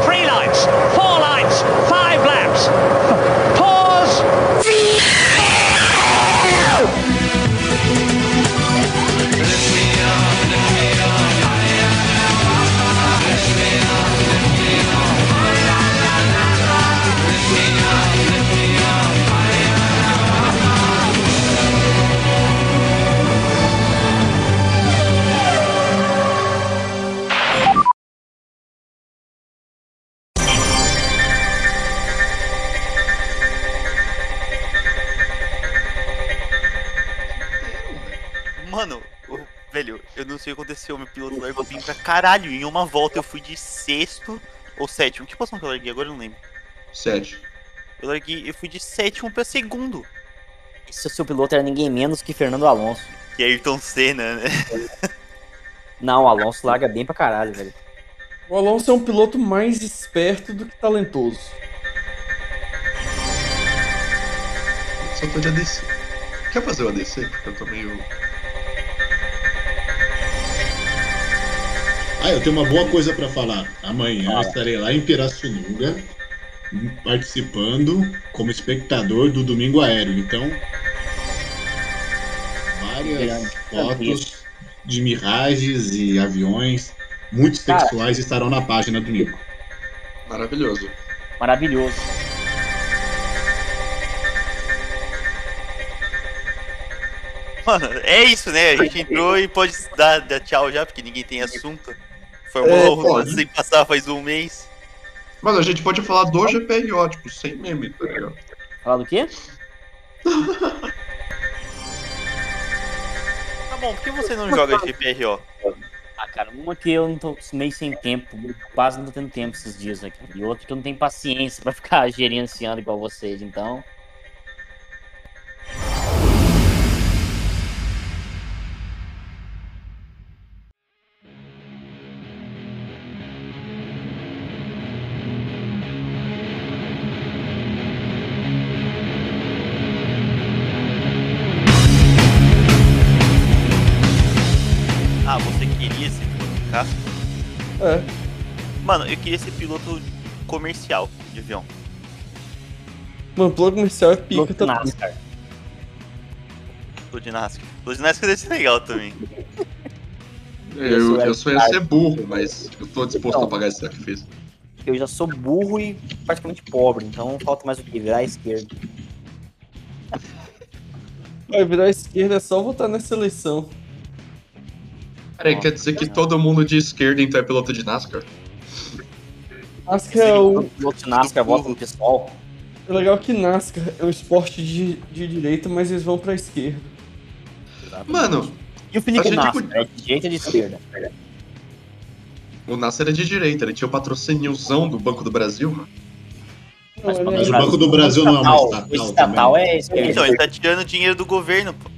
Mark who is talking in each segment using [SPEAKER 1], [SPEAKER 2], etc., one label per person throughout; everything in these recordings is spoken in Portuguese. [SPEAKER 1] lights, four lights, five laps. Pause.
[SPEAKER 2] Mano, eu- velho, eu não sei o que aconteceu. Meu piloto largou bem pra caralho. Em uma volta eu fui de sexto ou sétimo. Que posição que eu larguei? Agora eu não lembro.
[SPEAKER 3] Sete.
[SPEAKER 2] Eu larguei, eu fui de sétimo pra segundo.
[SPEAKER 4] Se o seu piloto era ninguém menos que Fernando Alonso.
[SPEAKER 2] E Ayrton Senna, né?
[SPEAKER 4] Não, o Alonso larga bem pra caralho, velho.
[SPEAKER 5] O Alonso é um piloto mais esperto do que talentoso.
[SPEAKER 3] Só tô de ADC. Quer fazer o ADC? Porque eu tô meio.
[SPEAKER 6] Ah, eu tenho uma boa coisa pra falar. Amanhã eu estarei lá em Pirassununga, participando como espectador do Domingo Aéreo. Então, várias fotos de miragens e aviões muito
[SPEAKER 4] Cara.
[SPEAKER 6] sexuais estarão na página do Nico.
[SPEAKER 3] Maravilhoso.
[SPEAKER 4] Maravilhoso.
[SPEAKER 2] Mano, é isso, né? A gente entrou e pode dar, dar tchau já, porque ninguém tem assunto. Formou
[SPEAKER 3] pode.
[SPEAKER 2] sem passar faz um mês.
[SPEAKER 3] Mano, a gente pode falar do GPRO, tipo, sem meme, tá ligado?
[SPEAKER 4] Falar do quê?
[SPEAKER 2] Tá bom, por que você não joga GPRO?
[SPEAKER 4] Ah, cara, uma que eu não tô meio sem tempo, quase não tô tendo tempo esses dias aqui. E outra que eu não tenho paciência pra ficar gerenciando igual vocês, então.
[SPEAKER 2] Ah, você queria ser piloto de caça?
[SPEAKER 5] É.
[SPEAKER 2] Mano, eu queria ser piloto comercial de avião.
[SPEAKER 5] Mano, piloto comercial é pica
[SPEAKER 4] Piloto
[SPEAKER 5] também.
[SPEAKER 4] NASCAR.
[SPEAKER 2] Piloto de NASCAR. Piloto de NASCAR deve ser legal também.
[SPEAKER 3] Eu, eu só ia
[SPEAKER 4] Isso é Então.
[SPEAKER 3] ser burro, mas eu tô disposto a pagar esse sacrifício.
[SPEAKER 4] Eu já sou burro e praticamente pobre, então falta mais o que? Virar à esquerda.
[SPEAKER 5] Vai virar esquerda é só votar nessa eleição.
[SPEAKER 3] Peraí, quer dizer que todo mundo de esquerda então é piloto de NASCAR?
[SPEAKER 5] Acho que é o.
[SPEAKER 4] Todo piloto de NASCAR vota no pessoal.
[SPEAKER 5] O legal é que NASCAR é um esporte de, de direita, mas eles vão pra esquerda.
[SPEAKER 3] Mano,
[SPEAKER 4] E o Felipe
[SPEAKER 3] A gente
[SPEAKER 4] NASCAR,
[SPEAKER 3] podia-
[SPEAKER 4] é de direita ou de esquerda?
[SPEAKER 3] o NASCAR era de direita, ele tinha o patrocíniozão do Banco do Brasil, mano.
[SPEAKER 4] Mas
[SPEAKER 5] Não, é
[SPEAKER 6] Mas
[SPEAKER 5] ele-
[SPEAKER 6] o Banco do Brasil não é uma
[SPEAKER 4] Estatal.
[SPEAKER 6] estatal,
[SPEAKER 4] O estatal
[SPEAKER 6] também.
[SPEAKER 4] é esquerda.
[SPEAKER 2] Então, ele tá tirando dinheiro do governo, pô.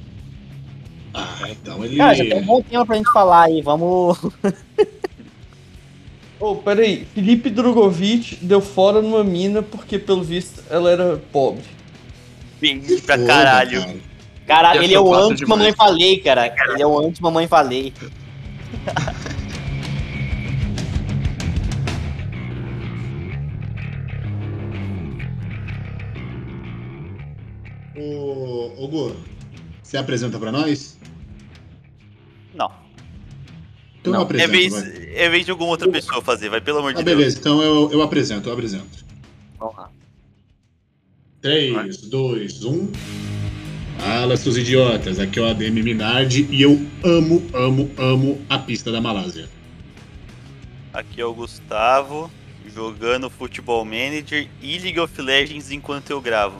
[SPEAKER 6] Ah, então ele...
[SPEAKER 4] Cara, já tem um bom tema pra gente falar aí, vamos...
[SPEAKER 5] Oh, peraí, Felipe Drogovic deu fora numa mina porque, pelo visto, ela era pobre.
[SPEAKER 2] Beijo pra
[SPEAKER 6] Porra,
[SPEAKER 2] caralho.
[SPEAKER 6] cara.
[SPEAKER 4] Cara,
[SPEAKER 3] Eu
[SPEAKER 4] ele é
[SPEAKER 3] sou
[SPEAKER 4] o
[SPEAKER 3] fácil
[SPEAKER 4] anti-mamãe
[SPEAKER 3] demais.
[SPEAKER 4] falei, cara. Ele é o anti-mamãe falei.
[SPEAKER 6] Ô, ô Gu, você apresenta pra nós?
[SPEAKER 2] Não.
[SPEAKER 6] Então
[SPEAKER 4] Não,
[SPEAKER 6] eu
[SPEAKER 4] é
[SPEAKER 2] É
[SPEAKER 6] apresento,
[SPEAKER 2] vez,
[SPEAKER 6] vai.
[SPEAKER 2] é vez de alguma outra pessoa fazer, vai, pelo amor de
[SPEAKER 6] Ah,
[SPEAKER 2] Deus.
[SPEAKER 6] beleza, então eu, eu apresento, eu apresento.
[SPEAKER 4] Vamos lá.
[SPEAKER 6] 3, 2, 1. Fala, seus idiotas. Aqui é o ADM Minardi e eu amo, amo, amo a pista da Malásia.
[SPEAKER 2] Aqui é o Gustavo, jogando Futebol Manager e League of Legends enquanto eu gravo.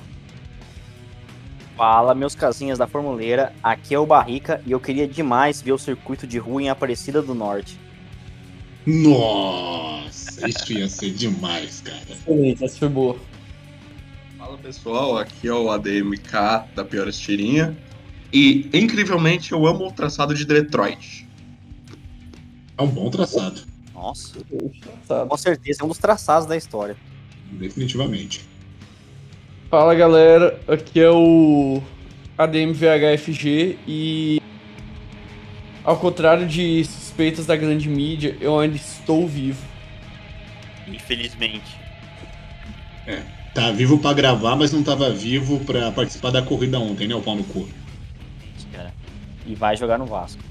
[SPEAKER 4] Fala, meus casinhas da Formuleira. Aqui é o Barrica e eu queria demais ver o circuito de rua em Aparecida do Norte.
[SPEAKER 6] Nossa, isso ia ser demais, cara.
[SPEAKER 5] Excelente, essa foi boa.
[SPEAKER 3] Fala pessoal, aqui é o ADMK da Pior Estirinha. E, incrivelmente, eu amo o traçado de Detroit.
[SPEAKER 6] É um bom traçado,
[SPEAKER 2] Nossa.
[SPEAKER 5] Sabe?
[SPEAKER 4] Com certeza, é um dos traçados da história.
[SPEAKER 6] definitivamente.
[SPEAKER 5] Fala galera, aqui é o ADMVHFG e. Ao contrário de suspeitas da grande mídia, eu ainda estou vivo.
[SPEAKER 2] Infelizmente.
[SPEAKER 6] Tá vivo pra gravar, mas não tava vivo pra participar da corrida ontem, né? O pau no cu.
[SPEAKER 4] cara. E vai jogar no Vasco.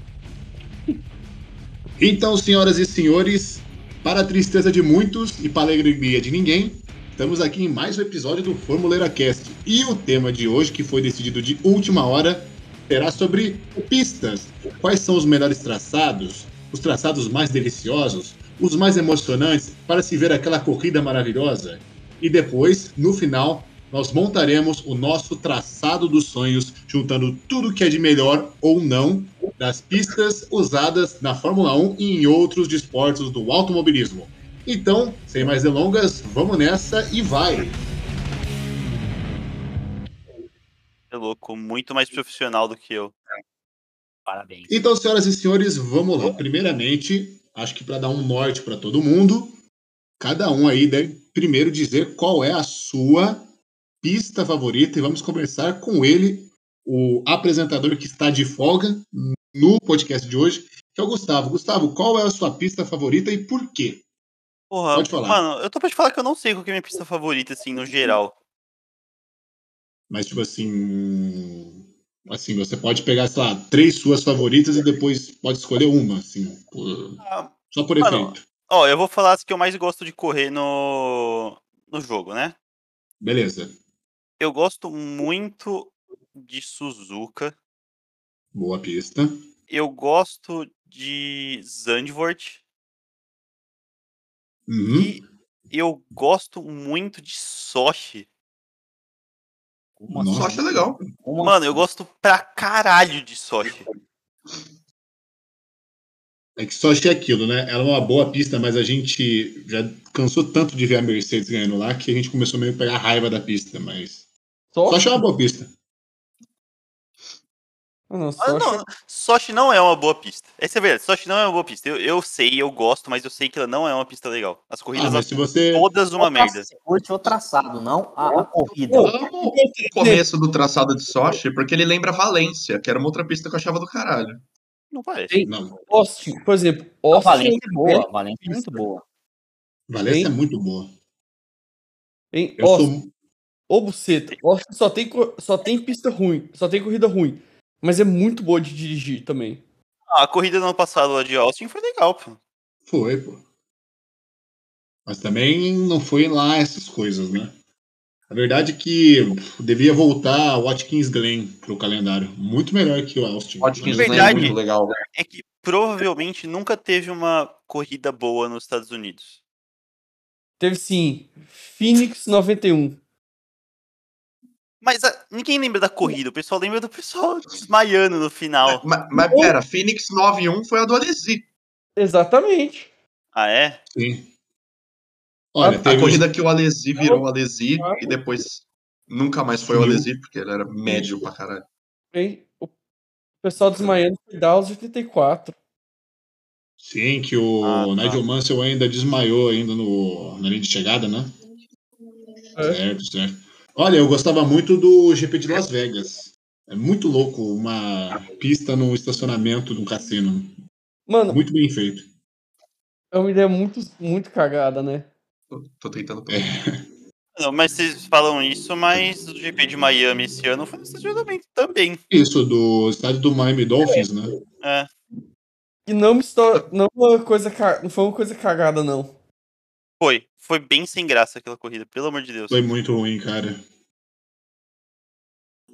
[SPEAKER 6] Então, senhoras e senhores, para a tristeza de muitos e para a alegria de ninguém, estamos aqui em mais um episódio do Formuleira Cast. E o tema de hoje, que foi decidido de última hora, será sobre pistas. Quais são os melhores traçados, os traçados mais deliciosos, os mais emocionantes para se ver aquela corrida maravilhosa. E depois, no final, nós montaremos o nosso traçado dos sonhos, juntando tudo que é de melhor ou não das pistas usadas na Fórmula 1 e em outros desportos do automobilismo. Então, sem mais delongas, vamos nessa e vai!
[SPEAKER 2] É louco, muito mais profissional do que eu.
[SPEAKER 4] Parabéns.
[SPEAKER 6] Então, senhoras e senhores, vamos lá. Primeiramente, acho que para dar um norte para todo mundo, cada um aí deve primeiro dizer qual é a sua pista favorita e vamos conversar com ele, o apresentador que está de folga no podcast de hoje, que é o Gustavo. Gustavo, qual é a sua pista favorita e por quê?
[SPEAKER 2] Porra,
[SPEAKER 6] Pode falar.
[SPEAKER 2] mano, eu tô pra te falar que eu não sei qual que é a minha pista favorita, assim, no geral.
[SPEAKER 6] Mas, tipo assim. Assim, você pode pegar, sei lá, três suas favoritas e depois pode escolher uma, assim. por-
[SPEAKER 2] Ah,
[SPEAKER 6] só por
[SPEAKER 2] Ah, não.
[SPEAKER 6] efeito.
[SPEAKER 2] Ó, eu vou falar as que eu mais gosto de correr no, no jogo, né?
[SPEAKER 6] Beleza.
[SPEAKER 2] Eu gosto muito de Suzuka.
[SPEAKER 6] Boa pista.
[SPEAKER 2] Eu gosto de Zandvoort.
[SPEAKER 6] Uhum.
[SPEAKER 2] E eu gosto muito de Sochi.
[SPEAKER 4] Como
[SPEAKER 6] Nossa.
[SPEAKER 3] Só acho legal.
[SPEAKER 4] Como
[SPEAKER 2] Mano, eu gosto pra caralho de Sochi.
[SPEAKER 6] É que só achei aquilo, né? Ela é uma boa pista, mas a gente já cansou tanto de ver a Mercedes ganhando lá que a gente começou meio a pegar raiva da pista, mas. Só achei uma boa pista.
[SPEAKER 5] Ah, não, só
[SPEAKER 2] Mas
[SPEAKER 5] acho-
[SPEAKER 2] não, Sochi não é uma boa pista. Essa é a verdade. Sochi não é uma boa pista. Eu, eu sei, eu gosto, mas eu sei que ela não é uma pista legal. As
[SPEAKER 6] Ah,
[SPEAKER 2] corridas
[SPEAKER 6] mas
[SPEAKER 2] são
[SPEAKER 6] se você.
[SPEAKER 2] todas uma merda.
[SPEAKER 4] Você curte é o traçado, não a, a corrida.
[SPEAKER 6] Ah, bom.
[SPEAKER 3] O começo do traçado de Sochi, porque ele lembra Valência, que era uma outra pista que eu achava do caralho.
[SPEAKER 2] Não parece.
[SPEAKER 6] Não,
[SPEAKER 5] Austin, por exemplo,
[SPEAKER 4] A
[SPEAKER 5] Austin
[SPEAKER 4] Valência é boa, a Valência é muito boa.
[SPEAKER 6] Valência é
[SPEAKER 5] Hein?
[SPEAKER 6] muito boa.
[SPEAKER 5] em
[SPEAKER 6] Eu
[SPEAKER 5] Austin,
[SPEAKER 6] sou.
[SPEAKER 5] ô buceta, Austin só tem, co- só tem pista ruim, só tem corrida ruim, mas é muito boa de dirigir também.
[SPEAKER 2] Ah, a corrida do ano passado lá de Austin foi legal, pô.
[SPEAKER 6] Foi, pô. Mas também não foi lá essas coisas, né? A verdade é que pff, devia voltar o Watkins Glen pro calendário. Muito melhor que o Austin.
[SPEAKER 3] Watkins
[SPEAKER 2] Glen.
[SPEAKER 3] Lane é
[SPEAKER 2] Verdade.
[SPEAKER 3] muito legal.
[SPEAKER 2] É que provavelmente nunca teve uma corrida boa nos Estados Unidos.
[SPEAKER 5] Teve sim, Phoenix 91.
[SPEAKER 2] Mas ah, ninguém lembra da corrida, o pessoal lembra do pessoal desmaiando no final.
[SPEAKER 3] Mas, mas pera, Phoenix 9-1 foi a do Alesi.
[SPEAKER 5] Exatamente.
[SPEAKER 2] Ah, é?
[SPEAKER 6] Sim. Olha,
[SPEAKER 5] A- a
[SPEAKER 3] A
[SPEAKER 6] teve um
[SPEAKER 3] corrida que o Alesi virou o Alesi e depois nunca mais foi o Alesi, porque ele era médio pra caralho.
[SPEAKER 5] Bem, o pessoal desmaiando foi Dallas 84.
[SPEAKER 6] Sim, que o
[SPEAKER 2] Ah, tá.
[SPEAKER 6] Nigel Mansell ainda desmaiou ainda no, na linha de chegada, né?
[SPEAKER 5] É.
[SPEAKER 6] Certo, certo. Olha, eu gostava muito do GP de Las Vegas. É muito louco uma pista num estacionamento de um cassino.
[SPEAKER 5] Mano,
[SPEAKER 6] Muito bem feito.
[SPEAKER 5] é uma ideia muito, muito cagada, né?
[SPEAKER 3] Tô- Tô tentando.
[SPEAKER 2] Não, mas vocês falam isso, mas o GP de Miami esse ano foi um estacionamento também.
[SPEAKER 6] Isso, do estádio do Miami Dolphins, né?
[SPEAKER 2] É.
[SPEAKER 5] E não, uma histó- não, é uma coisa, ca- não foi uma coisa cagada, não.
[SPEAKER 2] Foi. Foi bem sem graça aquela corrida, pelo amor de Deus.
[SPEAKER 6] Foi muito ruim, cara.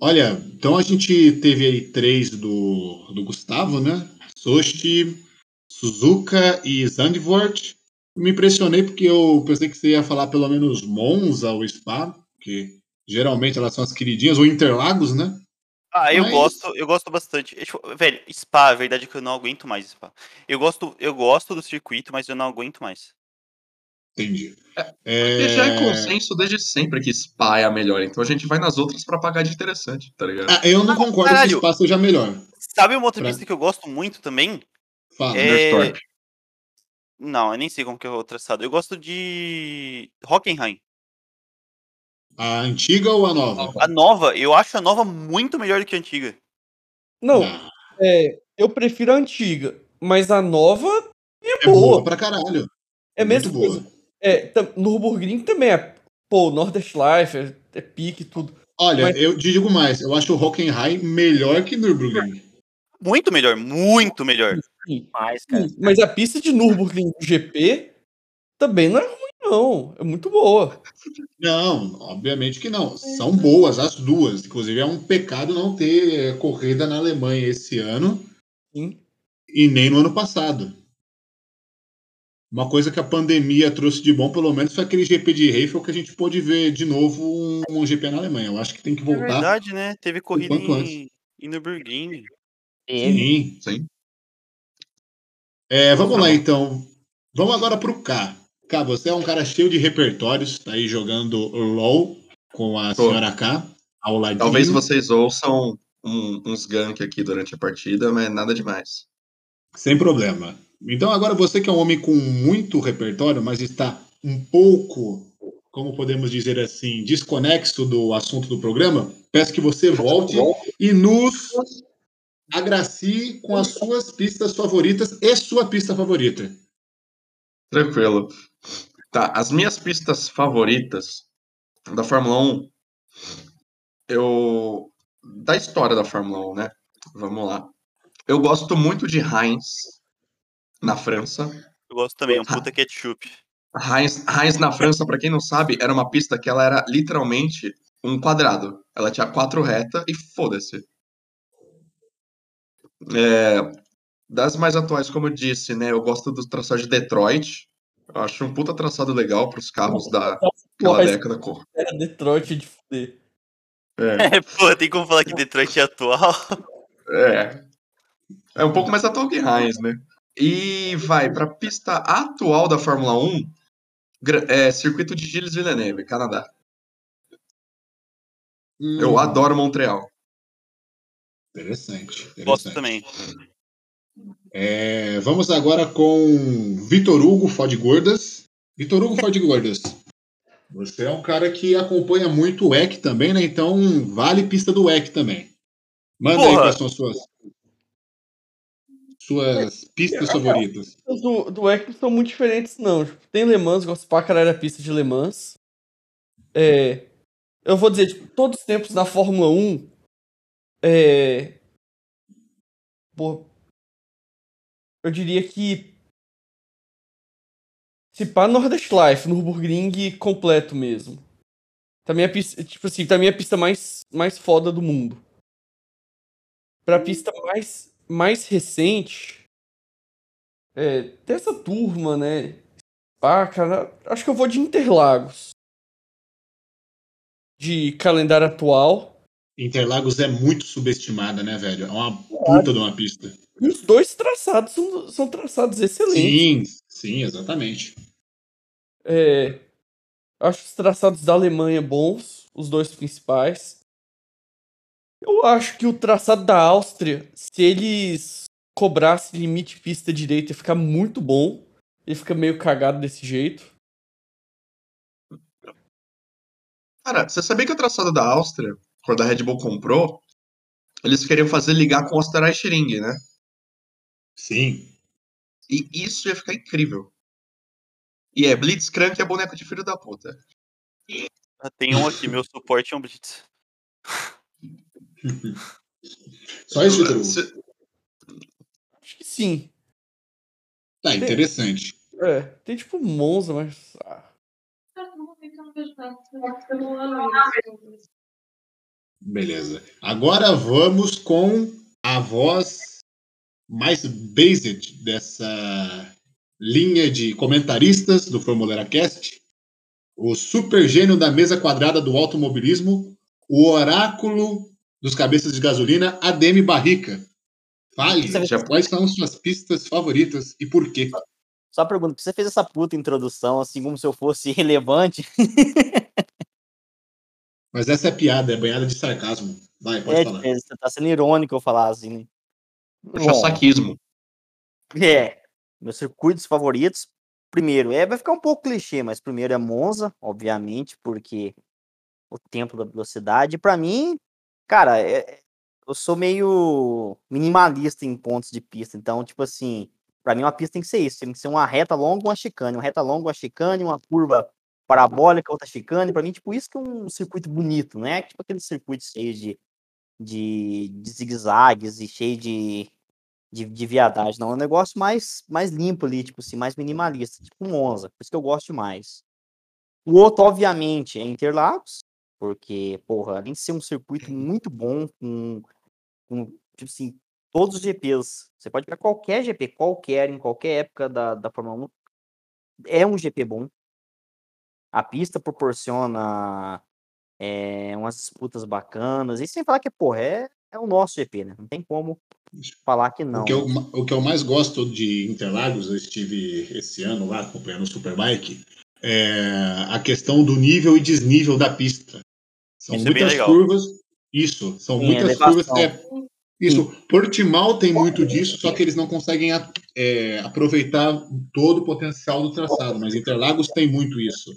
[SPEAKER 6] Olha, então a gente teve aí três do, do Gustavo, né? Sochi, Suzuka e Zandvoort. Me impressionei porque eu pensei que você ia falar pelo menos Monza ou Spa, porque geralmente elas são as queridinhas, ou Interlagos, né?
[SPEAKER 2] Ah, eu
[SPEAKER 6] Mas-
[SPEAKER 2] gosto, eu gosto bastante. É, tipo, velho, Spa, a verdade é que eu não aguento mais Spa. Eu gosto, eu gosto do circuito, mas eu não aguento mais.
[SPEAKER 6] Entendi.
[SPEAKER 3] E já é
[SPEAKER 6] É...
[SPEAKER 3] consenso desde sempre que Spa é a melhor, então a gente vai nas outras pra pagar de interessante, tá ligado?
[SPEAKER 6] Ah, eu não concordo que
[SPEAKER 2] caralho.
[SPEAKER 6] Spa seja melhor.
[SPEAKER 2] Sabe uma outra
[SPEAKER 6] Pra-
[SPEAKER 2] pista que eu gosto muito também?
[SPEAKER 6] Fala. né?
[SPEAKER 2] É,
[SPEAKER 3] Understorp.
[SPEAKER 2] Não, eu nem sei como que é o traçado. Eu gosto de Hockenheim.
[SPEAKER 6] A antiga ou a nova?
[SPEAKER 2] A nova, eu acho a nova muito melhor do que a antiga.
[SPEAKER 5] Não,
[SPEAKER 6] Ah,
[SPEAKER 5] é, eu prefiro a antiga, mas a nova é,
[SPEAKER 6] é boa
[SPEAKER 5] boa.
[SPEAKER 6] pra caralho.
[SPEAKER 5] É a
[SPEAKER 6] muito
[SPEAKER 5] mesma
[SPEAKER 6] boa.
[SPEAKER 5] coisa. É, tam- no Nürburgring também é Pô, o Nordest Life é, é pique e tudo.
[SPEAKER 6] Olha,
[SPEAKER 5] Mas-
[SPEAKER 6] eu te digo mais, eu acho o Hockenheim melhor que
[SPEAKER 5] Hum.
[SPEAKER 6] Nürburgring.
[SPEAKER 2] Muito melhor, muito melhor.
[SPEAKER 4] Mas, cara,
[SPEAKER 5] Mas a pista de Nürburgring do GP também não é ruim, não. É muito boa.
[SPEAKER 6] Não, obviamente que não. São boas as duas. Inclusive, é um pecado não ter eh, corrida na Alemanha esse ano
[SPEAKER 5] Sim.
[SPEAKER 6] e nem no ano passado. Uma coisa que a pandemia trouxe de bom, pelo menos, foi aquele GP de Heifel que a gente pôde ver de novo um, um GP na Alemanha. Eu acho que tem que
[SPEAKER 2] É
[SPEAKER 6] voltar.
[SPEAKER 2] verdade, né? Teve corrida
[SPEAKER 6] Enquanto
[SPEAKER 2] em, em Nürburgring.
[SPEAKER 4] teve.
[SPEAKER 6] Sim.
[SPEAKER 3] Sim.
[SPEAKER 6] É,
[SPEAKER 3] Tá
[SPEAKER 6] vamos lá então. Vamos agora para o K. K, você é um cara cheio de repertórios, tá aí jogando LOL com a
[SPEAKER 3] Tô.
[SPEAKER 6] senhora K ao ladinho.
[SPEAKER 3] Talvez vocês ouçam um- uns gank aqui durante a partida, mas nada demais.
[SPEAKER 6] Sem problema. Então agora você que é um homem com muito repertório, mas está um pouco, como podemos dizer assim, desconexo do assunto do programa, peço que você
[SPEAKER 3] Tá
[SPEAKER 6] volte e nos agracie com as suas pistas favoritas e sua pista favorita.
[SPEAKER 3] Tranquilo. Tá, as minhas pistas favoritas da Fórmula 1, eu. Da história da Fórmula 1, né? Vamos lá. Eu gosto muito de Heinz na França.
[SPEAKER 2] Eu gosto também, é um puta ketchup.
[SPEAKER 3] Heinz, Heinz na França, pra quem não sabe, era uma pista que ela era literalmente um quadrado. Ela tinha quatro retas e foda-se. É, das mais atuais, como eu disse, né? Eu gosto do traçado de Detroit. Eu acho um puta traçado legal pros carros daquela
[SPEAKER 5] Mas
[SPEAKER 3] década. cor.
[SPEAKER 5] era Detroit de fuder.
[SPEAKER 3] É,
[SPEAKER 2] É, pô, tem como falar que Detroit é atual?
[SPEAKER 3] é. É um pouco mais atual que Heinz, né? E vai pra pista atual da Fórmula 1, gra- é, circuito de Gilles Villeneuve, Canadá.
[SPEAKER 6] Hum.
[SPEAKER 3] Eu adoro Montreal.
[SPEAKER 6] Interessante.
[SPEAKER 2] Gosto
[SPEAKER 6] interessante.
[SPEAKER 2] também.
[SPEAKER 6] É, vamos agora com Vitor Hugo Fode Gordas. Vitor Hugo Fode Gordas. Você é um cara que acompanha muito o EC também, né? Então vale pista do EC também. Manda aí
[SPEAKER 2] Porra!
[SPEAKER 6] quais são as suas, suas pistas favoritas.
[SPEAKER 5] Os do, do Eccles são muito diferentes, não. Tipo, tem Le Mans, gosto pra caralho da pista de Le Mans. É, eu vou dizer, tipo, todos os tempos na Fórmula 1. É. Pô. Eu diria que. Se pá, Nordest Life, Nürburgring completo mesmo. Também a pista, tipo assim, também a pista mais, mais foda do mundo. Pra pista mais, mais recente. É, tem essa turma, né? Ah, cara, acho que eu vou de Interlagos. De calendário atual.
[SPEAKER 6] Interlagos é muito subestimada, né, velho? É uma puta de uma pista.
[SPEAKER 5] E os dois traçados são, são traçados excelentes.
[SPEAKER 6] Sim, sim, exatamente.
[SPEAKER 5] É, acho os traçados da Alemanha bons, os dois principais. Eu acho que o traçado da Áustria, se eles cobrassem limite pista direita, ia ficar muito bom. Ele fica meio cagado desse jeito.
[SPEAKER 3] Cara, você sabia que o traçado da Áustria, quando a Red Bull comprou, eles queriam fazer ligar com o Österreich-Ring, né?
[SPEAKER 6] Sim.
[SPEAKER 3] E isso ia ficar incrível. E é, Blitzcrank é boneco de filho da puta.
[SPEAKER 2] Ah, Tem um aqui, meu suporte é um Blitz.
[SPEAKER 6] Só isso,
[SPEAKER 3] Então,
[SPEAKER 6] Vitor Hugo.
[SPEAKER 3] Cê-
[SPEAKER 5] Acho que sim.
[SPEAKER 6] Tá, interessante.
[SPEAKER 5] É, tem tipo Monza, mas. ah,
[SPEAKER 4] Ah.
[SPEAKER 6] Beleza. Agora vamos com a voz mais basic dessa linha de comentaristas do Formulera Cast, o super gênio da mesa quadrada do automobilismo, o oráculo dos cabeças de gasolina, ADM Barrica. Fale,
[SPEAKER 4] Você-
[SPEAKER 6] já quais são suas pistas favoritas e por quê?
[SPEAKER 4] Só pergunta, por que você fez essa puta introdução assim como se eu fosse relevante?
[SPEAKER 6] Mas essa é piada, é banhada de sarcasmo. Vai, pode
[SPEAKER 4] É,
[SPEAKER 6] falar.
[SPEAKER 4] tipo, você tá sendo irônico eu falar assim, né?
[SPEAKER 3] É chassaquismo.
[SPEAKER 4] É, meus circuitos favoritos. Primeiro, é, vai ficar um pouco clichê, mas primeiro é Monza, obviamente, porque o tempo da velocidade. Pra mim, cara, é- é- eu sou meio minimalista em pontos de pista. Então, tipo assim, pra mim uma pista tem que ser isso. Tem que ser uma reta longa, uma chicane. Uma reta longa, uma chicane, uma curva parabólica, outra chicane. Para mim, tipo, isso que é um circuito bonito, né? Tipo aquele circuito cheio de, de, de zigue-zagues e cheio de, de, de viadagem. Não, é um negócio mais, mais limpo ali, tipo assim, mais minimalista, tipo um Monza. Por isso que eu gosto mais. O outro, obviamente, é Interlagos, porque, porra, além de ser um circuito muito bom, com, com tipo assim, todos os GPs, você pode pegar qualquer GP, qualquer, em qualquer época da, da Fórmula 1, é um GP bom. A pista proporciona é, umas disputas bacanas, e sem falar que, porra, é, é o nosso GP, né? Não tem como falar que não.
[SPEAKER 6] O que, eu, o que eu mais gosto de Interlagos, eu estive esse ano lá acompanhando o Superbike, é a questão do nível e desnível da pista. São
[SPEAKER 2] Isso é bem
[SPEAKER 6] muitas
[SPEAKER 2] legal.
[SPEAKER 6] curvas. Isso, são
[SPEAKER 4] Sim,
[SPEAKER 6] muitas
[SPEAKER 4] elevação.
[SPEAKER 6] curvas. É, isso, Portimão tem muito disso, só que eles não conseguem a- é, aproveitar todo o potencial do traçado, mas Interlagos tem muito isso.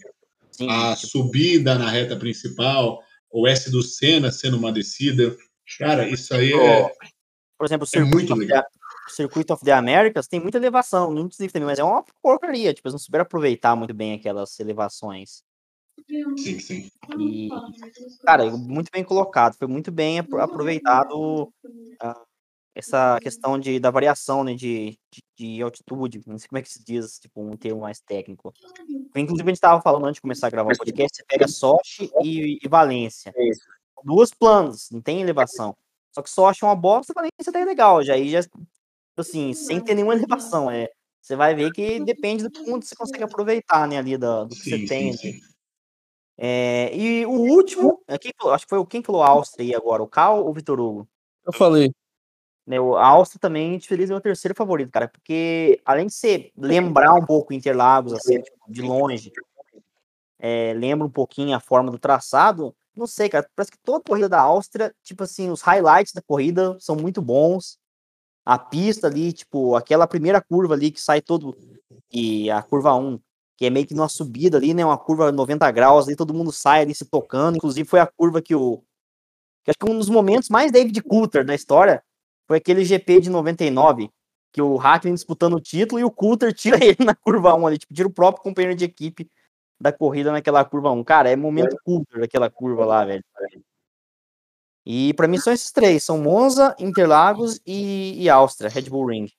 [SPEAKER 4] Sim,
[SPEAKER 6] A
[SPEAKER 4] tipo,
[SPEAKER 6] subida na reta principal, o S do Senna sendo uma descida. Cara, isso aí
[SPEAKER 3] Ó,
[SPEAKER 6] é.
[SPEAKER 4] por exemplo, o
[SPEAKER 6] é muito
[SPEAKER 4] circuito, of
[SPEAKER 6] legal.
[SPEAKER 4] the, o circuito of the Americas tem muita elevação, não precisa também, mas é uma porcaria, tipo, eles não souberam aproveitar muito bem aquelas elevações.
[SPEAKER 6] Sim, sim.
[SPEAKER 4] E, cara, muito bem colocado, foi muito bem apro- aproveitado ah, essa questão de, da variação né, de, de, de altitude, não sei como é que se diz, tipo, um termo mais técnico. Inclusive, a gente estava falando antes de começar a gravar o podcast, você pega Sochi e, e Valência.
[SPEAKER 5] É isso.
[SPEAKER 4] São Duas planos, não tem elevação. Só que Sochi é uma bosta, Valência até é legal, já aí já, assim, sem ter nenhuma elevação, é. Você vai ver que depende do quanto você consegue aproveitar, né, ali, da- do, que
[SPEAKER 6] Sim,
[SPEAKER 4] você tem, né.
[SPEAKER 6] sim, sim.
[SPEAKER 4] é, e o último, é, quem falou- acho que foi o- quem falou Áustria aí agora, o Cal ou o Vitor Hugo?
[SPEAKER 5] Eu falei.
[SPEAKER 4] Né, o- a Áustria também, infeliz, é o meu terceiro favorito, cara, porque além de você lembrar um pouco Interlagos, assim, tipo, de longe, é, lembra um pouquinho a forma do traçado, não sei, cara, parece que toda corrida da Áustria, tipo assim, os highlights da corrida são muito bons, a pista ali, tipo, aquela primeira curva ali que sai todo, e a curva 1, que é meio que numa subida ali, né? Uma curva 90 graus, ali todo mundo sai ali se tocando. Inclusive, foi a curva que o. Que acho que um dos momentos mais David Coulter da história foi aquele GP de 99, que o Hackney disputando o título e o Coulter tira ele na curva 1 ali, tipo, tira o próprio companheiro de equipe da corrida naquela curva 1. Cara, é momento Coulter daquela curva lá, velho.
[SPEAKER 6] É.
[SPEAKER 4] E pra mim são esses três, são Monza, Interlagos e, e Áustria, Red Bull Ring.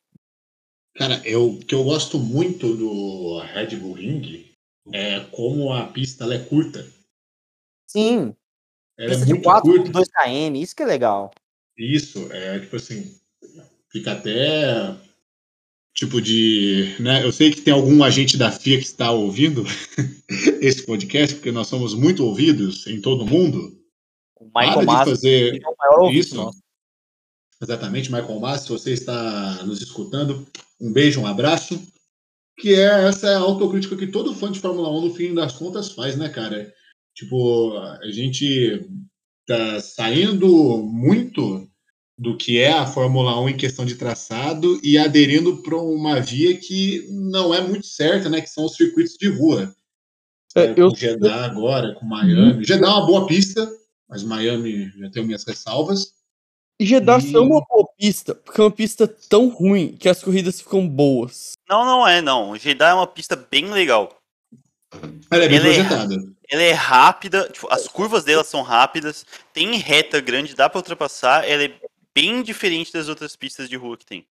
[SPEAKER 6] Cara, eu o que eu gosto muito do Red Bull Ring é como a pista ela é curta.
[SPEAKER 4] Sim,
[SPEAKER 6] Ela é
[SPEAKER 4] Pista de
[SPEAKER 6] muito
[SPEAKER 4] 4
[SPEAKER 6] curta.
[SPEAKER 4] 2 km, isso que é legal.
[SPEAKER 6] Isso, é tipo assim, fica até tipo de, né? Eu sei que tem algum agente da FIA que está ouvindo esse podcast, porque nós somos muito ouvidos em todo o mundo.
[SPEAKER 4] O
[SPEAKER 6] Para
[SPEAKER 4] Michael
[SPEAKER 6] de
[SPEAKER 4] Massa
[SPEAKER 6] fazer
[SPEAKER 4] é o maior ouvinte
[SPEAKER 6] isso.
[SPEAKER 4] nosso.
[SPEAKER 6] Tá Exatamente, Michael Massa, se você está nos escutando, um beijo, um abraço. Que é essa autocrítica que todo fã de Fórmula 1, no fim das contas, faz, né, cara? Tipo, a gente tá saindo muito do que é a Fórmula 1 em questão de traçado e aderindo para uma via que não é muito certa, né? Que são os circuitos de rua.
[SPEAKER 5] É,
[SPEAKER 6] É,
[SPEAKER 5] eu- Uhum.
[SPEAKER 6] Com Jeddah agora, com Miami. Jeddah é uma boa pista, mas Miami já tenho minhas ressalvas.
[SPEAKER 5] E Jeddah
[SPEAKER 6] E-
[SPEAKER 5] é uma boa pista, porque é uma pista tão ruim que as corridas ficam boas.
[SPEAKER 2] Não, não é, não. Jeddah é uma pista bem legal.
[SPEAKER 6] Ela é bem
[SPEAKER 2] Ela é-
[SPEAKER 6] projetada.
[SPEAKER 2] Ela é rápida, tipo, as curvas dela são rápidas, tem reta grande, dá pra ultrapassar, ela é bem diferente das outras pistas de rua que tem.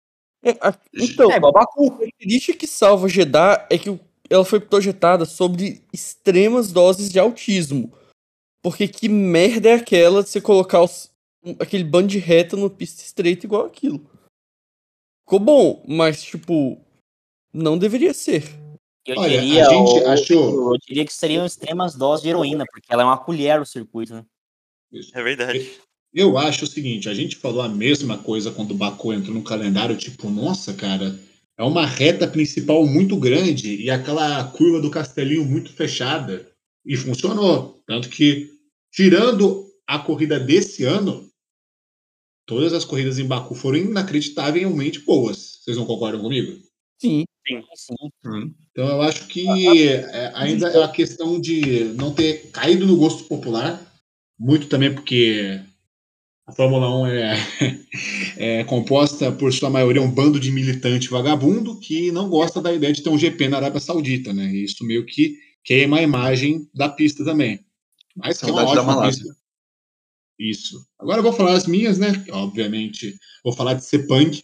[SPEAKER 5] É, a- então,
[SPEAKER 4] É
[SPEAKER 5] a
[SPEAKER 4] igual Baku.
[SPEAKER 5] característica que salva Jeddah é que o- ela foi projetada sobre extremas doses de autismo. Porque que merda é aquela de você colocar os- um- aquele bando de reta numa pista estreita igual aquilo? Ficou bom, mas tipo, não deveria ser.
[SPEAKER 4] Eu
[SPEAKER 6] Olha, a
[SPEAKER 4] diria,
[SPEAKER 6] gente
[SPEAKER 4] o-
[SPEAKER 6] achou-
[SPEAKER 4] eu diria que seriam extremas doses de heroína, porque ela é uma colher o circuito, né?
[SPEAKER 2] É verdade.
[SPEAKER 6] Eu acho o seguinte, a gente falou a mesma coisa quando o Baku entrou no calendário, tipo, nossa, cara, é uma reta principal muito grande e aquela curva do Castelinho muito fechada. E funcionou. Tanto que, tirando a corrida desse ano, todas as corridas em Baku foram inacreditavelmente boas. Vocês não concordam comigo?
[SPEAKER 5] Sim.
[SPEAKER 4] Sim.
[SPEAKER 3] Hum.
[SPEAKER 6] Então eu acho que é, ainda é a questão de não ter caído no gosto popular, muito também porque a Fórmula 1 é, é composta por sua maioria um bando de militante vagabundo que não gosta da ideia de ter um GP na Arábia Saudita, né? E Isso meio que queima a imagem da pista também. Mas que é uma
[SPEAKER 3] Saudade da
[SPEAKER 6] ótima
[SPEAKER 3] Malásia.
[SPEAKER 6] pista. Isso. Agora eu vou falar as minhas, né? Obviamente. Vou falar de Sepang,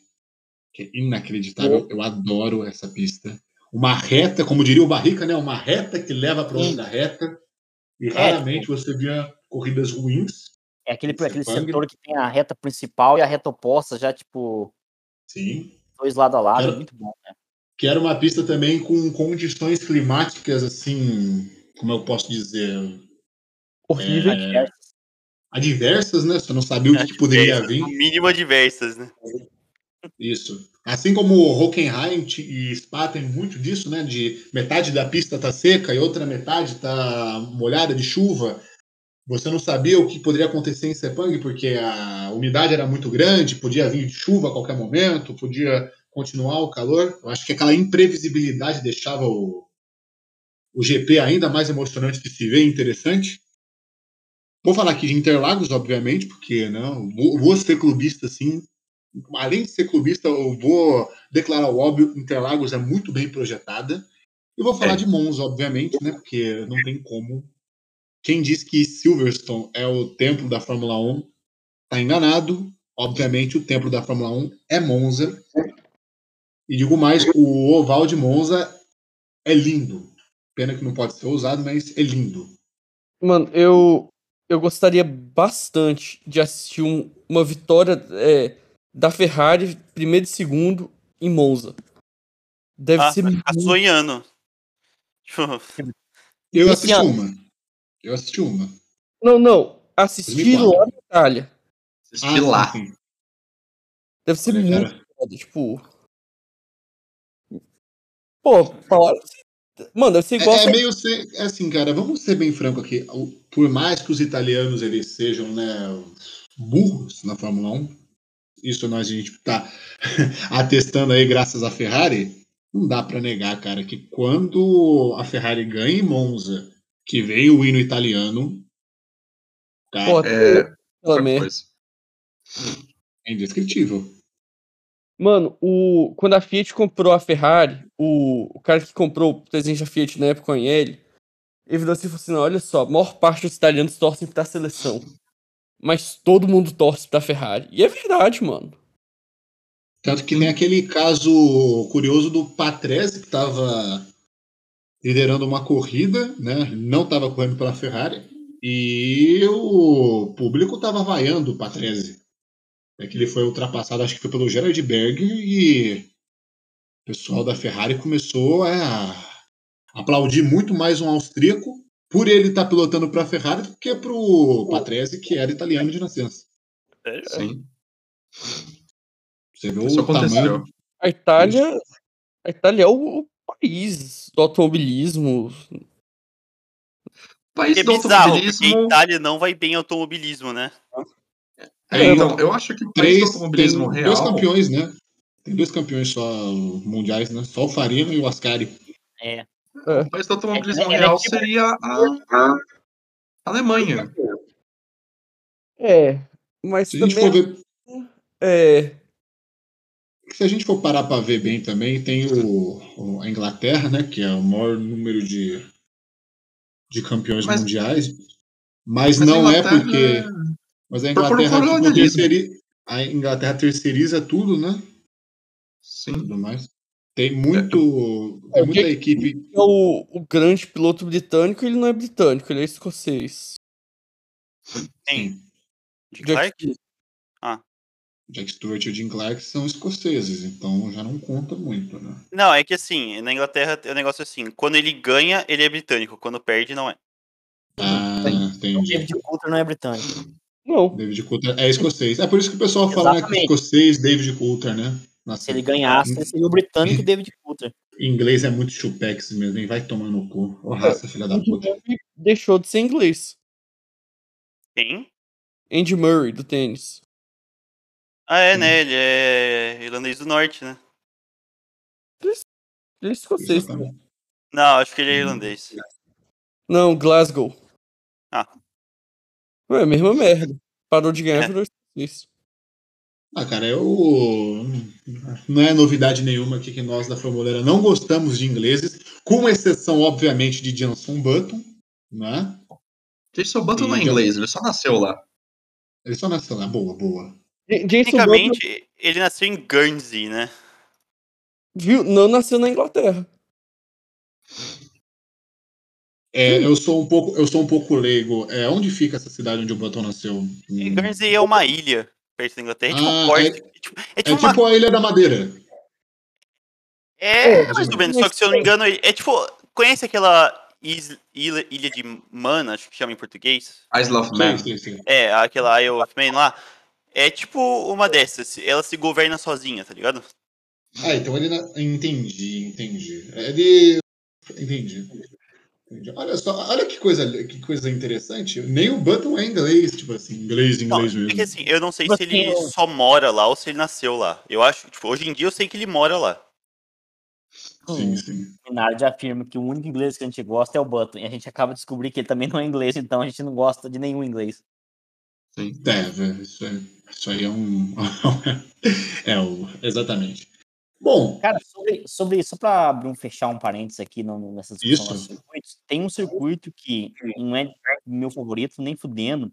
[SPEAKER 6] que é inacreditável. Eu adoro essa pista. Uma reta, como diria o Barrica, né? Uma reta que leva para outra reta. E
[SPEAKER 4] Reta.
[SPEAKER 6] raramente você via corridas ruins.
[SPEAKER 4] É aquele,
[SPEAKER 6] Esse
[SPEAKER 4] aquele
[SPEAKER 6] Sepang-
[SPEAKER 4] setor que tem a reta principal e a reta oposta, já, tipo,
[SPEAKER 6] Sim.
[SPEAKER 4] dois lado a lado.
[SPEAKER 6] Era-
[SPEAKER 4] Muito bom.
[SPEAKER 6] que era uma pista também com condições climáticas assim, como eu posso dizer,
[SPEAKER 5] Horrível.
[SPEAKER 6] adversas, né? Você não sabia o que, que poderia vir.
[SPEAKER 2] É, No mínimo adversas, né?
[SPEAKER 6] Isso. Assim como o Hockenheim ti- e Spa tem muito disso, né? De metade da pista tá seca e outra metade tá molhada de chuva. Você não sabia o que poderia acontecer em Sepang, porque a umidade era muito grande, podia vir chuva a qualquer momento, podia continuar o calor. Eu acho que aquela imprevisibilidade deixava o, o GP ainda mais emocionante de se ver e interessante. Vou falar aqui de Interlagos, obviamente, porque né, não, vou, vou ser clubista assim, além de ser clubista, eu vou declarar o óbvio, Interlagos é muito bem projetada. E vou falar
[SPEAKER 2] É.
[SPEAKER 6] de Monza, obviamente, né? Porque não tem como. Quem diz que Silverstone é o templo da Fórmula 1 tá enganado. Obviamente, o templo da Fórmula 1 é Monza. E digo mais, o oval de Monza é lindo. Pena que não pode ser usado, mas é lindo.
[SPEAKER 5] Mano, eu, eu gostaria bastante de assistir um- uma vitória é, da Ferrari, primeiro e segundo, em Monza. Deve
[SPEAKER 2] Ah,
[SPEAKER 5] ser
[SPEAKER 2] vai ficar
[SPEAKER 5] muito-
[SPEAKER 2] sonhando. Tipo,
[SPEAKER 6] Eu
[SPEAKER 4] Esse
[SPEAKER 6] assisti
[SPEAKER 4] ano-
[SPEAKER 6] uma. Eu assisti uma.
[SPEAKER 5] Não, não. Assistir
[SPEAKER 6] 2004.
[SPEAKER 5] lá na Itália.
[SPEAKER 3] Assisti lá.
[SPEAKER 6] Ah, sim, sim.
[SPEAKER 5] Deve ser
[SPEAKER 6] Olha,
[SPEAKER 5] muito
[SPEAKER 6] cara.
[SPEAKER 5] foda, tipo. Pô, Paola. Mano, deve ser
[SPEAKER 6] É-
[SPEAKER 5] igual.
[SPEAKER 6] É,
[SPEAKER 5] a-
[SPEAKER 6] meio ser, é assim, cara, vamos ser bem franco aqui. O- Por mais que os italianos eles sejam né, burros na Fórmula 1, isso nós a gente tá atestando aí graças à Ferrari, não dá para negar, cara, que quando a Ferrari ganha em Monza, que veio o hino italiano, cara,
[SPEAKER 5] Pô,
[SPEAKER 3] É,
[SPEAKER 5] pela
[SPEAKER 3] outra
[SPEAKER 5] merda.
[SPEAKER 3] coisa.
[SPEAKER 6] é indescritível.
[SPEAKER 5] Mano, o... quando a Fiat comprou a Ferrari, o, o cara que comprou o presente da Fiat na época, o Agnelli, ele virou assim e falou assim: "Não, olha só, a maior parte dos italianos torcem pra seleção. Mas todo mundo torce pra Ferrari. E é verdade, mano.
[SPEAKER 6] Tanto que tem aquele caso curioso do Patrese, que estava liderando uma corrida, né? não estava correndo pela Ferrari, e o público estava vaiando o Patrese. É que ele foi ultrapassado, acho que foi pelo Gerard Berger, e o pessoal da Ferrari começou a aplaudir muito mais um austríaco por ele estar pilotando para a Ferrari do que para o Patrese, que era italiano de nascença.
[SPEAKER 3] Sim,
[SPEAKER 6] Você vê
[SPEAKER 3] isso
[SPEAKER 6] o tamanho
[SPEAKER 3] aconteceu.
[SPEAKER 5] A Itália. A Itália é o, o país do automobilismo.
[SPEAKER 3] País
[SPEAKER 2] é
[SPEAKER 3] do
[SPEAKER 2] bizarro, porque
[SPEAKER 3] automobilismo.
[SPEAKER 2] Itália não vai bem em automobilismo, né?
[SPEAKER 3] É, então, eu acho que o país
[SPEAKER 6] três,
[SPEAKER 3] do automobilismo
[SPEAKER 6] tem
[SPEAKER 3] um real.
[SPEAKER 6] dois campeões, né? Tem dois campeões só mundiais, né? Só o Farina e o Ascari.
[SPEAKER 3] O país do automobilismo
[SPEAKER 4] É, é, é
[SPEAKER 3] real
[SPEAKER 4] tipo-
[SPEAKER 3] seria a, a Alemanha.
[SPEAKER 5] É. Mas
[SPEAKER 6] Se a, gente
[SPEAKER 5] também.
[SPEAKER 6] for ver,
[SPEAKER 5] É.
[SPEAKER 6] se a gente for parar para ver bem também, tem o, o- a Inglaterra, né? Que é o maior número de, de campeões
[SPEAKER 3] Mas-
[SPEAKER 6] mundiais. Mas,
[SPEAKER 3] Mas a
[SPEAKER 6] não é
[SPEAKER 3] Inglaterra-
[SPEAKER 6] porque. Mas a
[SPEAKER 3] Por- por
[SPEAKER 6] Inglaterra, tipo,
[SPEAKER 3] colonialismo.
[SPEAKER 6] terceiri- a Inglaterra terceiriza tudo, né?
[SPEAKER 3] Sim.
[SPEAKER 6] Tudo mais. Tem muito.
[SPEAKER 5] É,
[SPEAKER 6] Tem
[SPEAKER 5] o
[SPEAKER 6] muita
[SPEAKER 5] que-
[SPEAKER 6] equipe.
[SPEAKER 5] é o, o grande piloto britânico, ele não é britânico, ele é escocês.
[SPEAKER 2] Tem. De
[SPEAKER 5] Jack
[SPEAKER 2] Clark?
[SPEAKER 5] Stewart.
[SPEAKER 6] Jack Stewart e o Jim Clark são escoceses, então já não conta muito, né?
[SPEAKER 2] Não, é que assim, na Inglaterra o negócio é assim, quando ele ganha, ele é britânico, quando perde, não é.
[SPEAKER 6] Ah,
[SPEAKER 4] O
[SPEAKER 6] entendi.
[SPEAKER 4] David Coulter não é britânico.
[SPEAKER 5] Não.
[SPEAKER 6] David Coulter é escocês. É por isso que o pessoal fala né, que
[SPEAKER 4] Exatamente.
[SPEAKER 6] escocês, David Coulter, né?
[SPEAKER 4] Se
[SPEAKER 6] Nossa,
[SPEAKER 4] ele ganhasse,
[SPEAKER 6] Hum.
[SPEAKER 4] ele seria o britânico e David Coulter.
[SPEAKER 6] em inglês é muito chupex mesmo, hein? Vai tomar no cu. Ô, raça, filha da
[SPEAKER 5] Andy
[SPEAKER 6] puta.
[SPEAKER 5] Murray deixou de ser inglês.
[SPEAKER 2] Tem?
[SPEAKER 5] Andy Murray, do tênis.
[SPEAKER 2] Ah, é,
[SPEAKER 6] Hum.
[SPEAKER 2] né? Ele é irlandês do norte, né?
[SPEAKER 5] Ele é escocês também.
[SPEAKER 6] Exatamente.
[SPEAKER 2] Não, acho que ele é
[SPEAKER 6] Hum.
[SPEAKER 2] irlandês.
[SPEAKER 5] Não, Glasgow.
[SPEAKER 2] Ah.
[SPEAKER 5] Ué, mesma merda. Parou de ganhar,
[SPEAKER 2] É.
[SPEAKER 5] virou escocês.
[SPEAKER 6] Ah, cara, eu. Não é novidade nenhuma aqui que nós da Formuleira não gostamos de ingleses, com exceção, obviamente, de Johnson Button, né?
[SPEAKER 3] Jason Button não é
[SPEAKER 6] Então-
[SPEAKER 3] inglês, ele só nasceu lá.
[SPEAKER 6] Ele só nasceu lá. Boa, boa.
[SPEAKER 5] J- Jason Button,
[SPEAKER 2] Tecnicamente, ele nasceu em Guernsey, né?
[SPEAKER 5] viu, não nasceu na Inglaterra.
[SPEAKER 6] É, eu sou um pouco, eu sou um pouco leigo. É, onde fica essa cidade onde o Button nasceu?
[SPEAKER 2] E
[SPEAKER 6] Hum.
[SPEAKER 2] Guernsey é uma ilha perto da Inglaterra. É tipo
[SPEAKER 6] Ah,
[SPEAKER 2] um porto. É, tipo, é
[SPEAKER 6] É
[SPEAKER 2] tipo uma.
[SPEAKER 6] tipo a Ilha da Madeira.
[SPEAKER 2] É,
[SPEAKER 5] é,
[SPEAKER 2] mais ou menos.
[SPEAKER 5] mas-
[SPEAKER 2] Só que se eu não me engano, é é tipo. Conhece aquela is- ilha, ilha de Man, acho que chama em português?
[SPEAKER 3] Eyes Love Man.
[SPEAKER 6] Sim, sim, sim.
[SPEAKER 2] É, aquela Isle of Man lá. É tipo uma dessas. Ela se governa sozinha, tá ligado?
[SPEAKER 6] Ah, então ele. na- Entendi, entendi. Ele. Entendi. Entendi. Olha só, olha que coisa, que coisa interessante. Nem o Button é inglês, tipo assim, inglês,
[SPEAKER 2] Não,
[SPEAKER 6] inglês
[SPEAKER 2] é que
[SPEAKER 6] mesmo.
[SPEAKER 2] assim, eu não sei
[SPEAKER 4] Você-
[SPEAKER 2] se ele só mora lá ou se ele nasceu lá. Eu acho, tipo, hoje em dia eu sei que ele mora lá. assim,
[SPEAKER 6] Sim, sim.
[SPEAKER 4] Minardi afirma que o único inglês que a gente gosta é o Button. E a gente acaba de descobrir que ele também não é inglês, então a gente não gosta de nenhum inglês.
[SPEAKER 6] É, velho, isso, é, isso aí é um. é o. Exatamente. Bom,
[SPEAKER 4] Cara, sobre, sobre só para abrir um, fechar um parênteses aqui no, no- nessa discussão
[SPEAKER 6] Isso.
[SPEAKER 4] dos circuitos, tem um circuito que não é meu favorito, nem fudendo,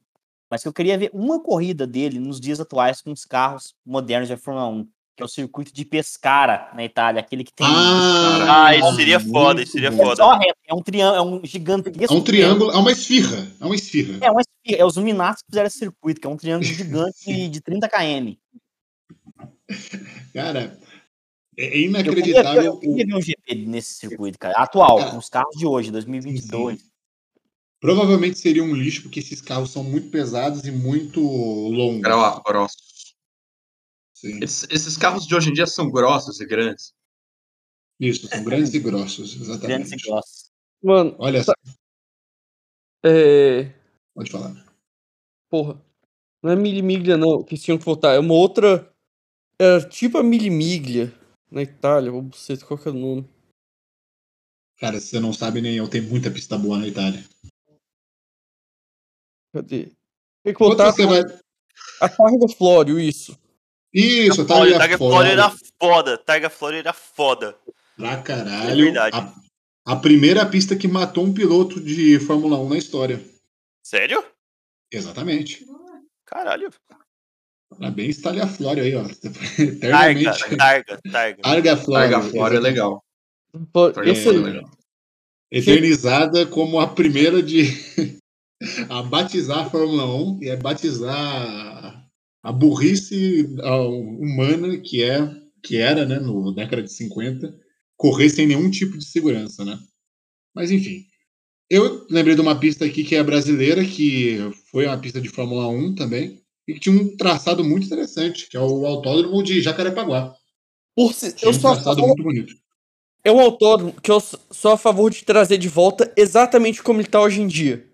[SPEAKER 4] mas que eu queria ver uma corrida dele nos dias atuais com os carros modernos da Fórmula 1, que é o circuito de Pescara na Itália, aquele que tem.
[SPEAKER 6] Ah,
[SPEAKER 2] Ah, isso seria foda, isso seria
[SPEAKER 4] é,
[SPEAKER 2] foda.
[SPEAKER 4] só reto, é um triângulo, é um gigantesco.
[SPEAKER 6] É um triângulo, é uma esfirra. É uma esfirra.
[SPEAKER 4] É, uma esfirra, é os Luminatos que fizeram esse circuito, que é um triângulo gigante de, de 30 km.
[SPEAKER 6] Cara, é
[SPEAKER 4] Eu queria, ver,
[SPEAKER 6] inacreditável.
[SPEAKER 4] eu queria ver um GP nesse circuito, cara. Atual, com os carros de hoje,
[SPEAKER 6] Sim,
[SPEAKER 4] 2022.
[SPEAKER 6] sim. Provavelmente seria um lixo, porque esses carros são muito pesados e muito longos.
[SPEAKER 3] Grau- grosso.
[SPEAKER 6] Sim.
[SPEAKER 3] Esses, esses carros de hoje em dia são grossos e grandes.
[SPEAKER 6] Isso, são grandes e grossos, exatamente.
[SPEAKER 4] Grandes e grossos.
[SPEAKER 5] Mano,
[SPEAKER 6] Olha só,
[SPEAKER 5] é.
[SPEAKER 6] pode falar.
[SPEAKER 5] Porra. Não é milimiglia, não, que tinham que voltar. É uma outra. É tipo a milimiglia na Itália, ou buceta, qual que é o nome?
[SPEAKER 6] Cara, se você não sabe nem eu, tem muita pista boa na Itália.
[SPEAKER 5] Cadê? Tem que
[SPEAKER 2] tá
[SPEAKER 5] voltar
[SPEAKER 6] Outra você vai...
[SPEAKER 5] a Targa Flório, isso.
[SPEAKER 6] Isso, tá ali
[SPEAKER 2] Olha,
[SPEAKER 6] a
[SPEAKER 2] Targa Flora era foda. Targa Flora era foda.
[SPEAKER 6] Pra
[SPEAKER 2] É
[SPEAKER 6] caralho.
[SPEAKER 2] verdade.
[SPEAKER 6] a, a primeira pista que matou um piloto de Fórmula 1 na história.
[SPEAKER 2] Sério?
[SPEAKER 6] Exatamente.
[SPEAKER 2] Caralho.
[SPEAKER 6] Parabéns, Talia Flório aí, ó.
[SPEAKER 2] Targa,
[SPEAKER 6] Eternamente.
[SPEAKER 2] targa, targa.
[SPEAKER 3] Ah.
[SPEAKER 6] Targa Flório.
[SPEAKER 3] Targa Flora é legal.
[SPEAKER 5] Flório-
[SPEAKER 3] Targa
[SPEAKER 5] Eu
[SPEAKER 3] Flora é
[SPEAKER 5] sei.
[SPEAKER 3] legal.
[SPEAKER 6] eternizada como a primeira de a batizar a Fórmula 1 e é batizar a burrice ah, humana que é que era, né, no década de 50, correr sem nenhum tipo de segurança, né? Mas enfim. Eu lembrei de uma pista aqui que é brasileira, que foi uma pista de Fórmula 1 também, e que tinha um traçado muito interessante, que é o Autódromo de Jacarepaguá.
[SPEAKER 5] Por si-
[SPEAKER 6] Tinha
[SPEAKER 5] eu
[SPEAKER 6] um
[SPEAKER 5] sou a
[SPEAKER 6] traçado
[SPEAKER 5] favor-
[SPEAKER 6] muito bonito.
[SPEAKER 5] É um autódromo que eu s- sou a favor de trazer de volta exatamente como ele tá hoje em dia.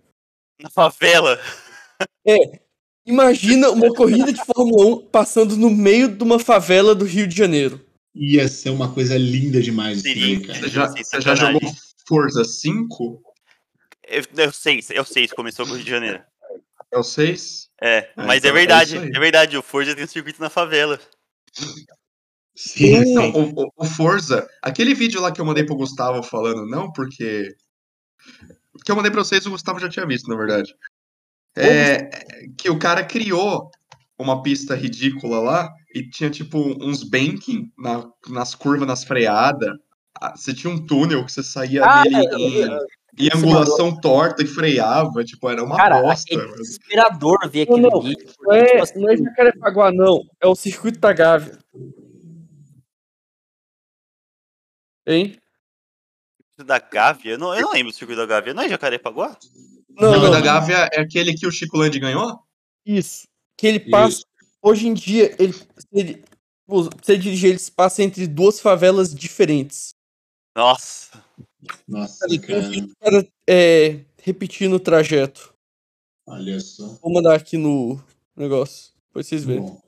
[SPEAKER 2] Na favela.
[SPEAKER 5] Imagina uma corrida de Fórmula 1 passando no meio de uma favela do Rio de Janeiro.
[SPEAKER 6] Ia ser uma coisa linda demais isso
[SPEAKER 2] Seria
[SPEAKER 6] daí,
[SPEAKER 2] incrível.
[SPEAKER 6] cara.
[SPEAKER 3] Você já,
[SPEAKER 2] Sem
[SPEAKER 3] você já
[SPEAKER 2] sacanagem.
[SPEAKER 3] jogou Forza 5?
[SPEAKER 2] Eu, eu sei, eu sei, isso começou com o Rio de Janeiro.
[SPEAKER 3] É o 6?
[SPEAKER 2] É,
[SPEAKER 3] Ah,
[SPEAKER 2] mas
[SPEAKER 3] então
[SPEAKER 2] é
[SPEAKER 3] é
[SPEAKER 2] verdade,
[SPEAKER 3] isso aí.
[SPEAKER 2] é, verdade. O Forja tem um circuito na favela.
[SPEAKER 6] Sim,
[SPEAKER 3] Não,
[SPEAKER 6] sim.
[SPEAKER 3] o, o- o Forza, aquele vídeo lá que eu mandei pro Gustavo falando, não, porque. Que eu mandei pra vocês, o Gustavo já tinha visto, na verdade. É, que o cara criou uma pista ridícula lá e tinha, tipo, uns banking na- nas curvas, nas freadas. Ah, Você tinha um túnel que você saía
[SPEAKER 4] Ah,
[SPEAKER 3] dele
[SPEAKER 4] é,
[SPEAKER 3] em,
[SPEAKER 4] é,
[SPEAKER 3] em
[SPEAKER 4] você
[SPEAKER 3] angulação torta e freava, tipo, era uma
[SPEAKER 4] Cara,
[SPEAKER 3] bosta.
[SPEAKER 4] é
[SPEAKER 3] mas-
[SPEAKER 4] desesperador ver
[SPEAKER 5] Não,
[SPEAKER 4] aquele
[SPEAKER 5] não,
[SPEAKER 4] vídeo.
[SPEAKER 5] Não
[SPEAKER 4] porque,
[SPEAKER 5] é,
[SPEAKER 4] tipo assim,
[SPEAKER 5] não é Jacarepaguá, não. É o circuito da Gávea. Hein?
[SPEAKER 2] Da Gávea? Eu não, eu não lembro do circuito da Gávea. Não é Jacarepaguá?
[SPEAKER 5] Não,
[SPEAKER 3] o
[SPEAKER 5] não.
[SPEAKER 3] da Gávea é aquele que o Chico Landi ganhou?
[SPEAKER 5] Isso. Que ele passa.
[SPEAKER 6] Isso.
[SPEAKER 5] Hoje em dia, ele, se ele, se ele dirigir, ele passa entre duas favelas diferentes.
[SPEAKER 2] Nossa.
[SPEAKER 6] Nossa,
[SPEAKER 5] Ele tem
[SPEAKER 6] cara.
[SPEAKER 5] um cara é, repetindo o trajeto.
[SPEAKER 6] Olha só.
[SPEAKER 5] Vou mandar aqui no negócio. Depois vocês verem.
[SPEAKER 6] Bom,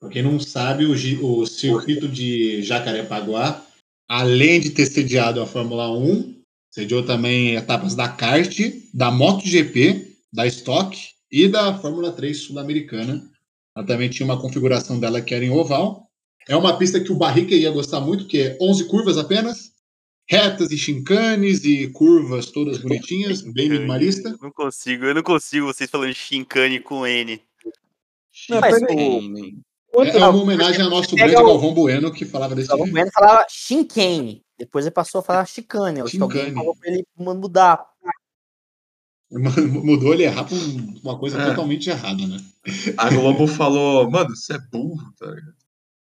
[SPEAKER 6] pra quem não sabe, o, gi- o circuito de Jacarepaguá, além de ter sediado a Fórmula 1, sediou também etapas da kart, da MotoGP, da Stock e da Fórmula 3 sul-americana. Ela também tinha uma configuração dela que era em oval. É uma pista que o Barrique ia gostar muito, que é 11 curvas apenas. Retas e chincanes e curvas todas bonitinhas, bem minimalista.
[SPEAKER 2] Eu não consigo, eu não consigo vocês falando Shinkane com N.
[SPEAKER 4] Não, mas
[SPEAKER 3] Homem.
[SPEAKER 6] É, é uma homenagem ao nosso grande
[SPEAKER 4] Pega o-
[SPEAKER 6] Galvão Bueno, que falava desse
[SPEAKER 4] Galvão
[SPEAKER 6] jeito.
[SPEAKER 4] Bueno falava Shinkane. Depois ele passou a falar Chicane. Acho que alguém
[SPEAKER 6] Chicane.
[SPEAKER 4] falou pra ele mudar.
[SPEAKER 6] Mano, Mudou ele errar pra um- uma coisa
[SPEAKER 3] É.
[SPEAKER 6] totalmente errada, né?
[SPEAKER 3] A Globo falou, mano, você é burro, tá ligado?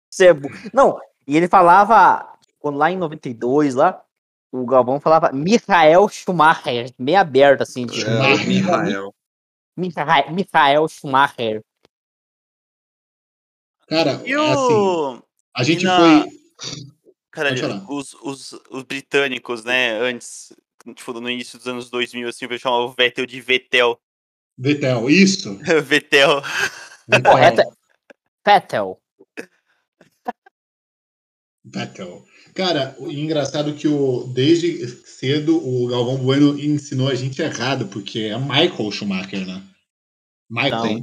[SPEAKER 4] Você é bu- Não, e ele falava, quando lá em 92, lá, o Galvão falava Michael Schumacher, meio aberto, assim, de
[SPEAKER 3] É, o Michael.
[SPEAKER 4] Michael, Michael Schumacher.
[SPEAKER 6] Cara,
[SPEAKER 2] E
[SPEAKER 6] assim,
[SPEAKER 2] o.
[SPEAKER 6] a gente
[SPEAKER 2] e na-
[SPEAKER 6] foi.
[SPEAKER 2] Caralho,
[SPEAKER 6] Pode falar.
[SPEAKER 2] os, os, os britânicos, né, antes, tipo, no início dos anos 2000, assim, eu chamava o Vettel de Vettel.
[SPEAKER 6] Vettel, isso.
[SPEAKER 2] Vettel.
[SPEAKER 6] Vettel.
[SPEAKER 4] Correto. Vettel.
[SPEAKER 6] Vettel. Cara, o engraçado é que o, desde cedo o Galvão Bueno ensinou a gente errado, porque é Michael Schumacher, né? Michael.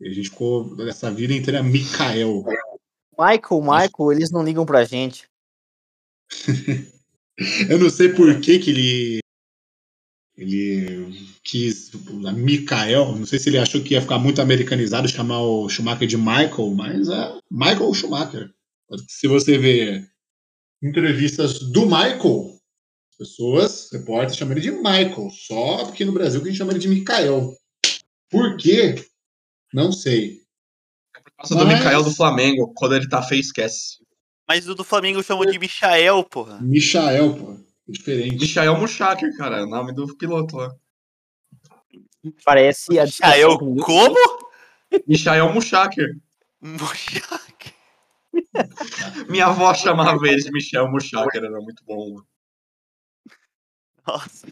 [SPEAKER 6] E a gente ficou essa vida inteira Mikael.
[SPEAKER 4] Michael, Michael, eles não ligam pra gente.
[SPEAKER 6] Eu não sei por que que ele ele quis Mikael, não sei se ele achou que ia ficar muito americanizado chamar o Schumacher de Michael, mas é Michael Schumacher. Se você vê entrevistas do Michael, as pessoas, repórteres chamam ele de Michael, só porque no Brasil que a gente chama ele de Mikael. Por quê? Não sei.
[SPEAKER 3] Por causa do
[SPEAKER 6] Mas-
[SPEAKER 3] Michael do Flamengo, quando ele tá feio, esquece.
[SPEAKER 2] Mas o do Flamengo chamou de Michael, porra.
[SPEAKER 6] Michael, pô, é diferente.
[SPEAKER 3] Michael Muschaker, cara, é o nome do piloto lá.
[SPEAKER 6] Ah,
[SPEAKER 4] Parece a
[SPEAKER 2] Michael
[SPEAKER 4] discussão com-
[SPEAKER 2] como?
[SPEAKER 3] Michael Muschaker.
[SPEAKER 2] Mochaque.
[SPEAKER 3] Minha avó chamava ele de Michel Muschaker, era muito bom. mano.
[SPEAKER 2] Nossa.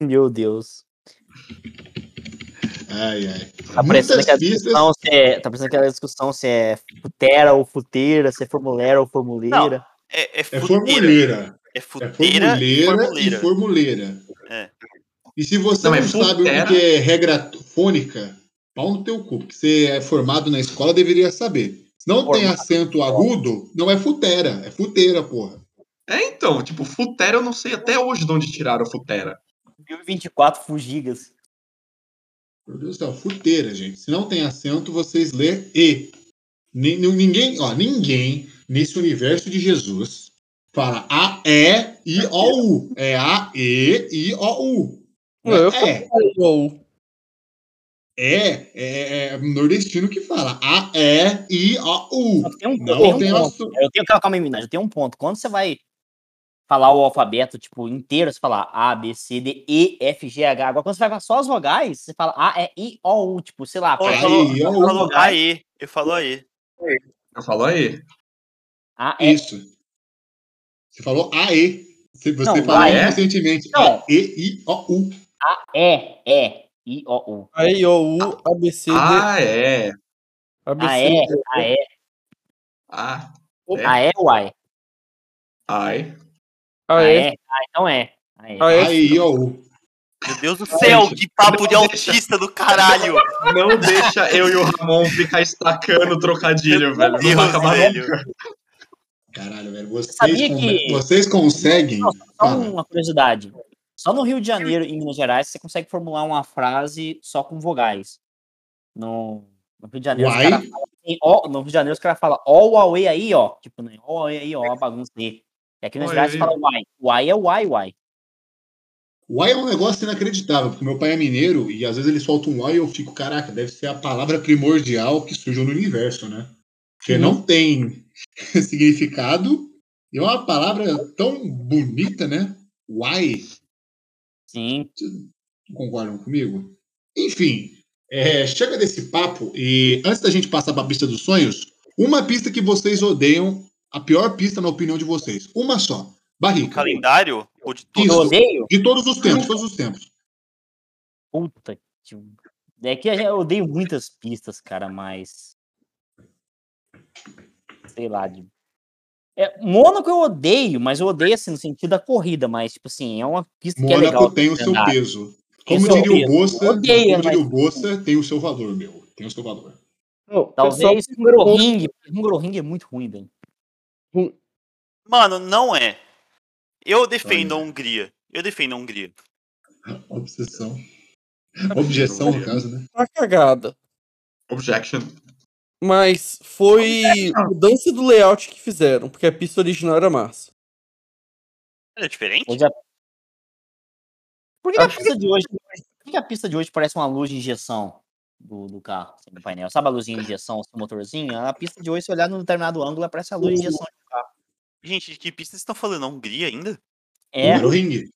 [SPEAKER 4] Meu Deus.
[SPEAKER 6] Ai, ai.
[SPEAKER 4] Tá parecendo
[SPEAKER 6] Muitas
[SPEAKER 4] aquela
[SPEAKER 6] pistas-
[SPEAKER 4] discussão se é, tá parecendo aquela discussão se é futera ou futeira, se é formuleira ou formuleira.
[SPEAKER 2] É, é
[SPEAKER 6] É
[SPEAKER 2] futeira.
[SPEAKER 6] formuleira.
[SPEAKER 2] É
[SPEAKER 6] É
[SPEAKER 2] futeira e
[SPEAKER 6] formuleira e
[SPEAKER 2] formuleira.
[SPEAKER 6] formuleira.
[SPEAKER 2] É.
[SPEAKER 6] E se você
[SPEAKER 3] Não,
[SPEAKER 6] não,
[SPEAKER 3] mas
[SPEAKER 6] sabe
[SPEAKER 3] fotera-
[SPEAKER 6] o que é regra fônica, pau no teu cu. Porque você é formado na escola, deveria saber. Se não tem
[SPEAKER 4] Formado.
[SPEAKER 6] acento agudo, não é futera. É futeira, porra.
[SPEAKER 3] É, então, tipo, Futera eu não sei até hoje de onde tiraram Futera.
[SPEAKER 4] 1024 fugigas.
[SPEAKER 6] Meu Deus do céu, futeira, gente. Se não tem acento, vocês lê E. Ni- ni- Ninguém, ó, ninguém nesse universo de Jesus fala A, E, I, O, U. É A, E, I, O, U.
[SPEAKER 5] Não, eu
[SPEAKER 6] É.
[SPEAKER 5] falei, ó,
[SPEAKER 6] É, é, é nordestino que fala. A, E, I, O, U.
[SPEAKER 4] Eu tenho um,
[SPEAKER 6] Não,
[SPEAKER 4] eu
[SPEAKER 6] tem
[SPEAKER 4] tenho um ponto.
[SPEAKER 6] assunto.
[SPEAKER 4] Eu tenho, calma, calma aí, Minas, eu tenho um ponto. Quando você vai falar o alfabeto, tipo, inteiro, você fala A, B, C, D, E, F, G, H. Agora, quando você vai falar só as vogais, você fala A, E, I, O, U. Tipo, sei lá,
[SPEAKER 2] Ó,
[SPEAKER 6] Aí,
[SPEAKER 2] eu
[SPEAKER 4] parece
[SPEAKER 2] falo- eu
[SPEAKER 6] ó,
[SPEAKER 2] falo
[SPEAKER 4] ó.
[SPEAKER 2] aí. Eu falo aí.
[SPEAKER 3] Eu falo aí.
[SPEAKER 4] A, E,
[SPEAKER 6] Isso. Você falou A, E. Você, você
[SPEAKER 4] Não,
[SPEAKER 6] falou
[SPEAKER 3] A, E?
[SPEAKER 6] recentemente.
[SPEAKER 4] Não.
[SPEAKER 6] A, E, I, O, U.
[SPEAKER 4] E, E, I, O, U.
[SPEAKER 5] Aí, ó, U, ABC, D,
[SPEAKER 3] Ah, é.
[SPEAKER 5] ABC,
[SPEAKER 4] A, E,
[SPEAKER 5] D,
[SPEAKER 4] A, E,
[SPEAKER 3] Ah,
[SPEAKER 6] É.
[SPEAKER 4] A, E, Uai.
[SPEAKER 3] ai.
[SPEAKER 5] A,
[SPEAKER 4] A, E,
[SPEAKER 5] E,
[SPEAKER 4] ah, então é. A, E.
[SPEAKER 5] A,
[SPEAKER 6] A,
[SPEAKER 5] E,
[SPEAKER 6] E, I, O, U.
[SPEAKER 2] Meu Deus do céu, que papo de autista do caralho.
[SPEAKER 3] Não deixa eu e o Ramon ficar estacando trocadilho, velho.
[SPEAKER 2] Meu
[SPEAKER 3] Não vai
[SPEAKER 2] Deus,
[SPEAKER 3] acabar
[SPEAKER 2] velho.
[SPEAKER 3] nunca.
[SPEAKER 6] Caralho, velho. Vocês,
[SPEAKER 4] sabia
[SPEAKER 6] con-
[SPEAKER 4] que-
[SPEAKER 6] vocês conseguem.
[SPEAKER 4] Não, Só
[SPEAKER 6] Fala.
[SPEAKER 4] uma curiosidade. Só no Rio de Janeiro e em Minas Gerais você consegue formular uma frase só com vogais. No, no Rio de Janeiro os
[SPEAKER 6] Uai.
[SPEAKER 4] caras falam assim, ó, no Rio de Janeiro os caras falam ó o Huawei aí, ó. Tipo, né? Ó o Huawei aí, ó, a bagunça aí. E aqui em Minas
[SPEAKER 3] Uai,
[SPEAKER 4] Gerais você
[SPEAKER 3] aí.
[SPEAKER 4] fala uai. Uai é uai, uai.
[SPEAKER 6] Uai é um negócio inacreditável, porque meu pai é mineiro e às vezes ele solta um uai e eu fico, caraca, deve ser a palavra primordial que surgiu no universo, né? Porque não tem significado e é uma palavra tão bonita, né? Uai,
[SPEAKER 4] Sim.
[SPEAKER 6] concordam comigo? Enfim, é, chega desse papo e antes da gente passar para a pista dos sonhos, uma pista que vocês odeiam, a pior pista na opinião de vocês, uma só, barrica,
[SPEAKER 2] Calendário? Ou de
[SPEAKER 6] Isso.
[SPEAKER 2] tudo?
[SPEAKER 4] Eu odeio?
[SPEAKER 6] de todos os tempos, todos os tempos.
[SPEAKER 4] Puta. que- É que eu odeio muitas pistas, cara, mas. Sei lá. De... É, Mônaco eu odeio, mas eu odeio assim no sentido da corrida, mas tipo assim, é uma pista que é
[SPEAKER 6] Mônaco
[SPEAKER 4] legal.
[SPEAKER 6] tem o
[SPEAKER 4] de
[SPEAKER 6] seu
[SPEAKER 4] andar.
[SPEAKER 6] peso.
[SPEAKER 4] Tem
[SPEAKER 6] Como
[SPEAKER 4] seu
[SPEAKER 6] diria é o
[SPEAKER 4] peso.
[SPEAKER 6] Bosta,
[SPEAKER 4] Odeia,
[SPEAKER 6] como diria
[SPEAKER 4] mas-
[SPEAKER 6] o Bosta, tem o seu valor, meu. Tem o seu valor.
[SPEAKER 5] Não,
[SPEAKER 4] Talvez
[SPEAKER 5] pessoal,
[SPEAKER 4] Hungaroring, porque Hungaroring é muito ruim, velho.
[SPEAKER 2] Mano, não é. Eu defendo a Hungria. Eu defendo a Hungria.
[SPEAKER 6] Obsessão. Objeção, no caso, né?
[SPEAKER 5] tá cagada.
[SPEAKER 3] Objection.
[SPEAKER 5] Mas foi mudança do layout que fizeram, porque a pista original era massa.
[SPEAKER 2] Mas É diferente?
[SPEAKER 4] Hoje a... Por que, que a
[SPEAKER 3] Acho
[SPEAKER 4] pista de hoje, por que que a pista de hoje parece uma luz de injeção do, do carro, assim, do painel? Sabe a luzinha de injeção, assim, o motorzinho? A pista de hoje, se olhar num determinado ângulo, ela parece a luz de injeção.
[SPEAKER 2] Gente, de que pista vocês estão falando? A Hungria ainda?
[SPEAKER 4] É,
[SPEAKER 6] Era o ringue.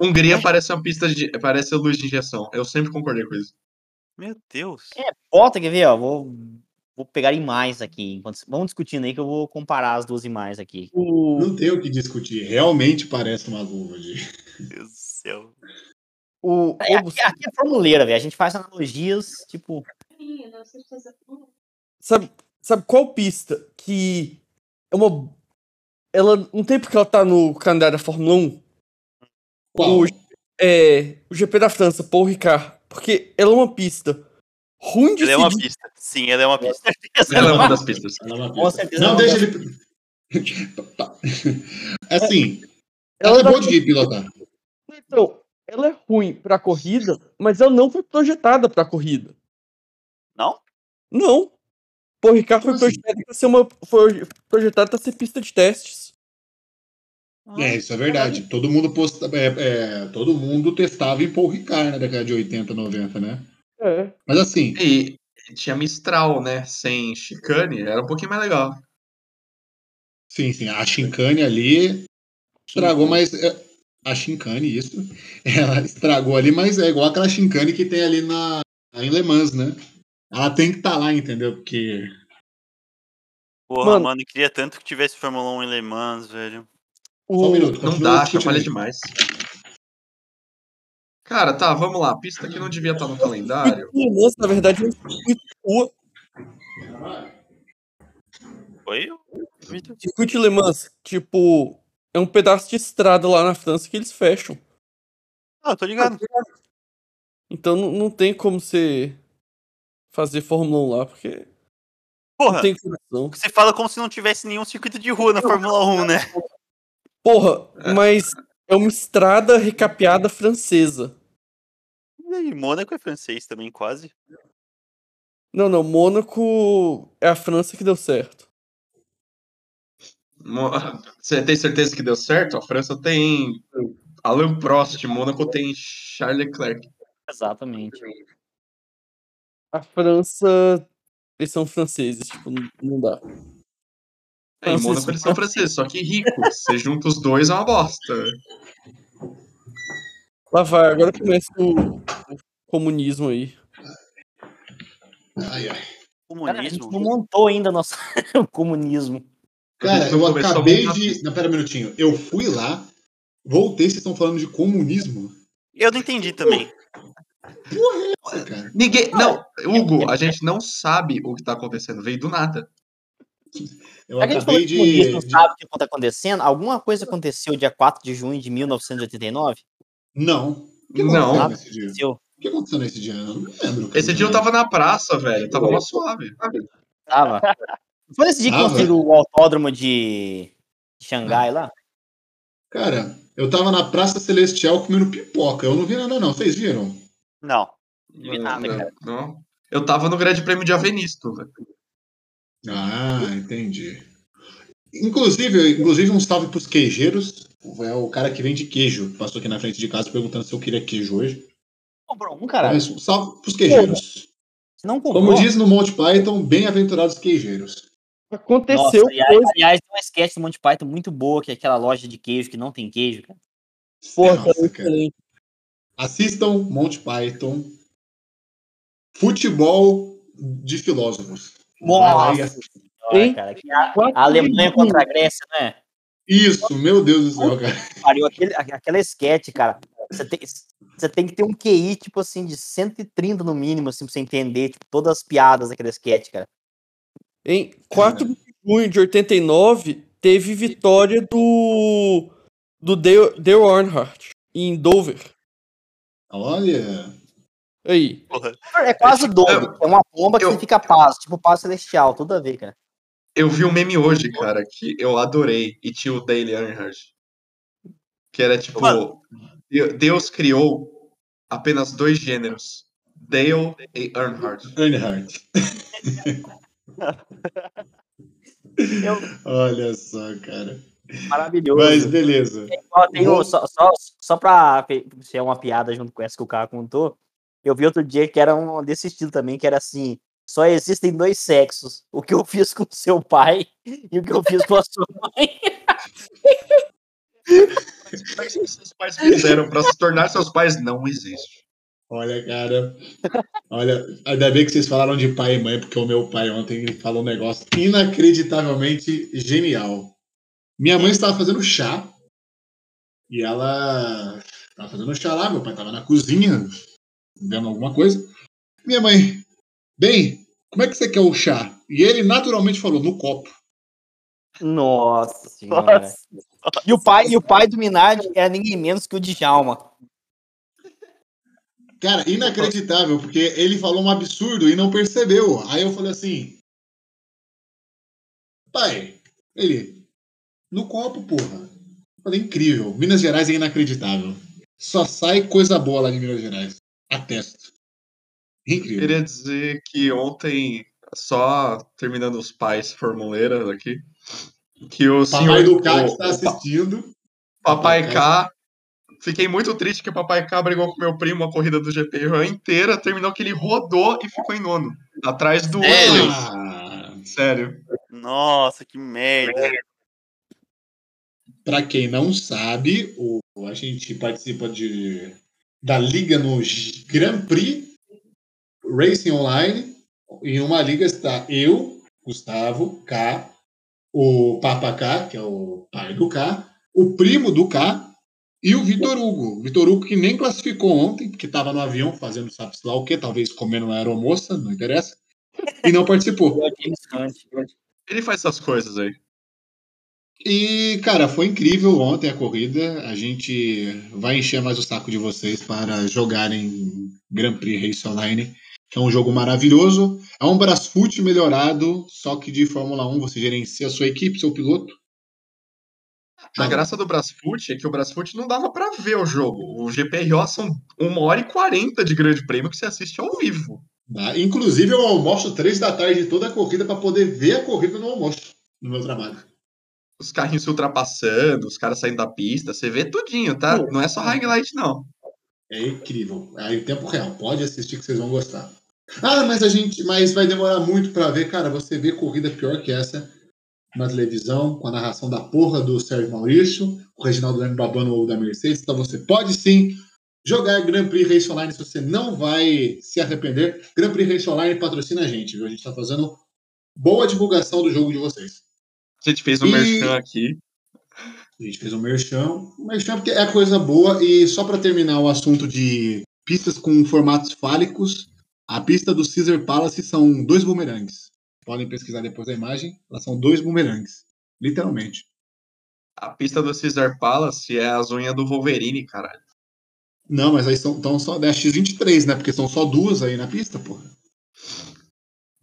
[SPEAKER 3] Hungria parece uma pista de. parece a luz de injeção. Eu sempre concordei com isso.
[SPEAKER 2] Meu Deus.
[SPEAKER 4] bota, quer ver, ó, vou, vou pegar imagens aqui. enquanto- vamos discutindo aí que eu vou comparar as duas imagens aqui.
[SPEAKER 5] O,
[SPEAKER 6] Não tem o que discutir. Realmente parece uma luva de.
[SPEAKER 2] Meu Deus do céu.
[SPEAKER 5] o, o-
[SPEAKER 4] É, aqui, aqui é formuleira, velho. A gente faz analogias, tipo,
[SPEAKER 5] sabe, sabe qual pista que é uma. Ela. Não tem porque ela tá no calendário da Fórmula 1.
[SPEAKER 6] Qual?
[SPEAKER 5] O, é, o GP da França, Paul Ricard. Porque ela é uma pista ruim assim, de
[SPEAKER 2] Ela
[SPEAKER 5] se
[SPEAKER 2] é uma pista. Sim, ela é uma pista.
[SPEAKER 3] Ela é uma das pistas.
[SPEAKER 6] Ela é uma
[SPEAKER 4] Com
[SPEAKER 6] pista.
[SPEAKER 4] certeza
[SPEAKER 6] Não,
[SPEAKER 4] não
[SPEAKER 6] deixa ele. Tá. assim,
[SPEAKER 5] Ela
[SPEAKER 6] ela é
[SPEAKER 5] era-
[SPEAKER 6] boa de pilotar.
[SPEAKER 5] Então, ela é ruim pra corrida, mas ela não foi projetada pra corrida.
[SPEAKER 2] Não?
[SPEAKER 5] Não. Paul Ricard foi
[SPEAKER 6] Como assim?
[SPEAKER 5] projetada pra ser uma. Foi projetada pra ser pista de testes.
[SPEAKER 6] É, isso é verdade. Todo mundo posta, é, é, todo mundo testava em Paul Ricard na década de 80, 90, né?
[SPEAKER 5] É.
[SPEAKER 6] Mas assim,
[SPEAKER 3] E tinha Mistral, né? Sem chicane, era um pouquinho mais legal.
[SPEAKER 6] sim, sim, a Shinkane ali estragou, mas é, a Shinkane, isso, ela estragou ali, mas é igual aquela Shinkane que tem ali na em Le Mans, né? Ela tem que estar lá, entendeu? Porque
[SPEAKER 2] Porra,
[SPEAKER 5] Mano.
[SPEAKER 2] mano. eu queria tanto que tivesse Fórmula 1 em Le Mans, velho.
[SPEAKER 6] só um
[SPEAKER 5] O,
[SPEAKER 6] minuto,
[SPEAKER 3] Não
[SPEAKER 6] continua
[SPEAKER 3] dá,
[SPEAKER 6] discutindo
[SPEAKER 3] chacoalha
[SPEAKER 6] aí.
[SPEAKER 3] demais. Cara, tá, vamos lá. A pista que não devia estar no calendário.
[SPEAKER 5] O Le Mans, na verdade, é um circuito rua.
[SPEAKER 2] Foi?
[SPEAKER 5] O circuito de Le Mans, tipo, é um pedaço de estrada lá na França que eles fecham.
[SPEAKER 2] Ah, tô ligado.
[SPEAKER 5] Então não, não tem como você fazer Fórmula 1 lá, porque
[SPEAKER 2] Porra,
[SPEAKER 5] não tem condição.
[SPEAKER 2] você fala como se não tivesse nenhum circuito de rua na Fórmula 1, né?
[SPEAKER 5] Porra, mas é uma estrada recapeada francesa.
[SPEAKER 2] E aí, Mônaco é francês também, quase.
[SPEAKER 5] Não, não, Mônaco é a França que deu certo.
[SPEAKER 3] Mo- Você tem certeza que deu certo? A França tem Alain Prost, Mônaco tem Charles Leclerc.
[SPEAKER 4] exatamente.
[SPEAKER 5] A França, eles são franceses, tipo, não, não dá.
[SPEAKER 3] É, em
[SPEAKER 5] França,
[SPEAKER 3] Mônaco eles são franceses, só que rico. Você junta os dois é uma bosta.
[SPEAKER 5] Lá vai, agora começa o, o comunismo aí.
[SPEAKER 6] Ai, ai.
[SPEAKER 4] Cara, a gente não
[SPEAKER 2] Comunismo.
[SPEAKER 4] montou ainda nosso comunismo.
[SPEAKER 6] Cara,
[SPEAKER 3] Então
[SPEAKER 6] É, eu
[SPEAKER 3] começou a
[SPEAKER 6] acabei
[SPEAKER 3] montar
[SPEAKER 6] de. Não, pera um minutinho. Eu fui lá, voltei, vocês estão falando de comunismo?
[SPEAKER 2] Eu não entendi também.
[SPEAKER 6] Nossa, cara.
[SPEAKER 3] Ninguém. Não, Hugo, a gente não sabe o que tá acontecendo. Veio do nada.
[SPEAKER 6] Eu
[SPEAKER 4] Já É que a gente falou
[SPEAKER 6] acabei
[SPEAKER 4] de comunismo,
[SPEAKER 6] de.
[SPEAKER 4] não
[SPEAKER 6] de-
[SPEAKER 4] sabe o que está acontecendo? Alguma coisa aconteceu dia 4 de junho de 1989?
[SPEAKER 6] Não. O que aconteceu
[SPEAKER 3] Não.
[SPEAKER 6] nesse dia?
[SPEAKER 4] Aconteceu.
[SPEAKER 6] O que aconteceu nesse dia? Eu não lembro. cara.
[SPEAKER 3] Esse dia eu tava na praça, velho. Tava uma suave.
[SPEAKER 4] Tava. Foi esse dia que
[SPEAKER 6] Tava.
[SPEAKER 4] construíram o autódromo de de Xangai lá?
[SPEAKER 6] Cara, eu tava na Praça Celestial comendo pipoca. Eu não vi nada, não. Vocês viram?
[SPEAKER 2] Não.
[SPEAKER 4] vi nada,
[SPEAKER 3] Não,
[SPEAKER 4] cara.
[SPEAKER 3] não. Eu tava no Grande Prêmio de Avenisto, velho.
[SPEAKER 6] Ah, entendi. Inclusive, inclusive um salve pros queijeiros. É o cara que vende queijo. Passou aqui na frente de casa perguntando se eu queria queijo hoje.
[SPEAKER 4] Comprou um, caralho.
[SPEAKER 6] Mas um salve pros queijeiros.
[SPEAKER 4] Se não comprou.
[SPEAKER 6] Como diz no Monty Python, bem-aventurados queijeiros.
[SPEAKER 5] Aconteceu
[SPEAKER 4] Nossa, aliás,
[SPEAKER 5] coisa,
[SPEAKER 4] aliás, tem uma sketch do Monty Python muito boa, que é aquela loja de queijo que não tem queijo, cara.
[SPEAKER 5] porra,
[SPEAKER 6] Nossa,
[SPEAKER 5] cara,
[SPEAKER 6] cara. Assistam Monty Python. Futebol de filósofos. Vai lá e
[SPEAKER 4] Nossa,
[SPEAKER 6] assiste.
[SPEAKER 4] senhora,
[SPEAKER 5] Hein? Hum.
[SPEAKER 4] cara. que a- A
[SPEAKER 5] Ah,
[SPEAKER 4] Alemanha contra a Grécia, né?
[SPEAKER 6] Isso, meu Deus do céu, cara.
[SPEAKER 4] pariu, aquele, a- aquela sketch, cara. Você tem, você tem que ter um QI, tipo assim, de 130 no mínimo, assim, pra você entender tipo, todas as piadas daquela sketch, cara.
[SPEAKER 5] Em 4 de junho de 89, teve vitória do. do Dale, Dale Earnhardt em Dover.
[SPEAKER 6] Olha,
[SPEAKER 5] Aí.
[SPEAKER 2] Porra.
[SPEAKER 4] É quase o dobro. É uma bomba que
[SPEAKER 3] eu-
[SPEAKER 4] você fica paz, tipo paz celestial, tudo a ver, cara.
[SPEAKER 3] Eu vi um meme hoje, cara, que eu adorei. E tinha o Dale Earnhardt. Que era tipo:
[SPEAKER 2] Mano.
[SPEAKER 3] De- Deus criou apenas dois gêneros: Dale e Earnhardt.
[SPEAKER 6] Earnhardt.
[SPEAKER 4] Eu-
[SPEAKER 6] Olha só, cara.
[SPEAKER 4] maravilhoso.
[SPEAKER 6] Mas beleza.
[SPEAKER 4] Ó, tem
[SPEAKER 6] Vou-
[SPEAKER 4] um- só, só, só pra fe- ser uma piada junto com essa que o cara contou, eu vi outro dia que era um desse estilo também, que era assim, só existem dois sexos, o que eu fiz com seu pai e o que eu fiz com a sua mãe.
[SPEAKER 3] Mas o é que seus pais fizeram pra se tornar seus pais não existe.
[SPEAKER 6] Olha, cara. Olha, ainda bem que vocês falaram de pai e mãe, porque o meu pai ontem ele falou um negócio inacreditavelmente genial. Minha mãe estava fazendo chá e ela estava fazendo chá lá, meu pai estava na cozinha vendo alguma coisa. Minha mãe, bem, como é que você quer o chá? E ele naturalmente falou, no copo.
[SPEAKER 4] Nossa senhora. E o pai, e o pai do Minardi era ninguém menos que o Djalma.
[SPEAKER 6] Cara, inacreditável, porque ele falou um absurdo e não percebeu. Aí eu falei assim. Pai, ele. No copo, porra. Eu Falei, incrível. Minas Gerais é inacreditável. Só sai coisa boa lá de Minas Gerais. Atesto. Incrível.
[SPEAKER 3] Queria dizer que ontem, só terminando os pais formuleiras aqui, que o senhor.
[SPEAKER 6] Papai do tá K
[SPEAKER 3] o-
[SPEAKER 6] que está
[SPEAKER 3] o pa-
[SPEAKER 6] assistindo.
[SPEAKER 3] Papai K. Fiquei muito triste que o Papai K brigou com meu primo a corrida do GP Rio inteira, terminou que ele rodou e ficou em nono. Atrás do
[SPEAKER 2] Sério?
[SPEAKER 3] outro.
[SPEAKER 6] Ah,
[SPEAKER 3] Sério.
[SPEAKER 2] Nossa, que merda.
[SPEAKER 6] Pra quem não sabe, o, a gente participa de, da liga no G- Grand Prix Racing Online. Em uma liga está eu, Gustavo, K, o Papa K, que é o pai do K, o primo do K e o Vitor Hugo. Vitor Hugo que nem classificou ontem, porque estava no avião fazendo sabe-se lá o que, talvez comendo na aeromoça, não interessa, e não participou.
[SPEAKER 3] Ele faz essas coisas aí.
[SPEAKER 6] E, cara, foi incrível ontem a corrida. A gente vai encher mais o saco de vocês para jogarem Grand Prix Race Online, que é um jogo maravilhoso. É um Brasfoot melhorado, só que de Fórmula 1 você gerencia a sua equipe, seu piloto.
[SPEAKER 3] A graça do Brasfoot é que o Brasfoot não dava pra ver o jogo. O GPRO são 1 hora e 40 de grande prêmio que você assiste ao vivo.
[SPEAKER 6] Tá? Inclusive, eu almoço três da tarde toda a corrida para poder ver a corrida no almoço, no meu trabalho.
[SPEAKER 3] Os carrinhos se ultrapassando, os caras saindo da pista, você vê tudinho, tá? Não é só highlight, não.
[SPEAKER 6] É incrível. Aí em tempo real, pode assistir que vocês vão gostar. Ah, mas a gente, mas vai demorar muito pra ver, cara. Você vê corrida pior que essa na televisão, com a narração da porra do Sérgio Maurício, o Reginaldo Leme babando ou da Mercedes. Então você pode sim jogar Grand Prix Race Online se você não vai se arrepender. Grand Prix Race Online patrocina a gente, viu? A gente tá fazendo boa divulgação do jogo de vocês.
[SPEAKER 3] A gente fez um
[SPEAKER 6] E-
[SPEAKER 3] merchan aqui.
[SPEAKER 6] A gente fez um merchan. Um merchan porque é coisa boa. E só para terminar o assunto de pistas com formatos fálicos, a pista do Caesar Palace são dois bumerangues. Podem pesquisar depois da imagem. Elas são dois bumerangues. Literalmente.
[SPEAKER 3] A pista do Caesar Palace é as unhas do Wolverine, caralho.
[SPEAKER 6] Não, mas aí são então só da X23, né? Porque são só duas aí na pista, porra.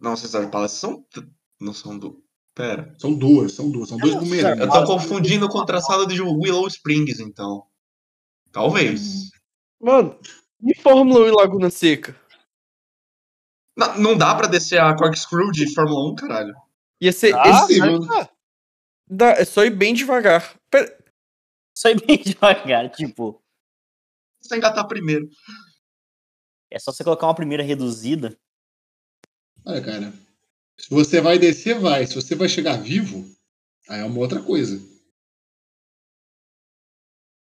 [SPEAKER 3] Não, Caesar Palace são. t- Não são do. Pera.
[SPEAKER 6] São duas, são duas, são dois
[SPEAKER 4] não sei,
[SPEAKER 6] bumerangues.
[SPEAKER 3] Eu tô confundindo com o traçado de Willow Springs, então.
[SPEAKER 5] Uhum.
[SPEAKER 3] Talvez.
[SPEAKER 5] Mano, e Fórmula 1 e Laguna Seca?
[SPEAKER 3] Não, não dá pra descer a corkscrew de Fórmula 1, caralho.
[SPEAKER 5] Ia ser
[SPEAKER 4] Ah,
[SPEAKER 5] esse-
[SPEAKER 6] sim, mano.
[SPEAKER 5] Dá, é só ir bem devagar. Pera-
[SPEAKER 4] Isso aí bem devagar, tipo.
[SPEAKER 3] Você engatar primeiro.
[SPEAKER 4] É só você colocar uma primeira reduzida.
[SPEAKER 6] Olha, cara. Se você vai descer, vai. Se você vai chegar vivo, aí é uma outra coisa.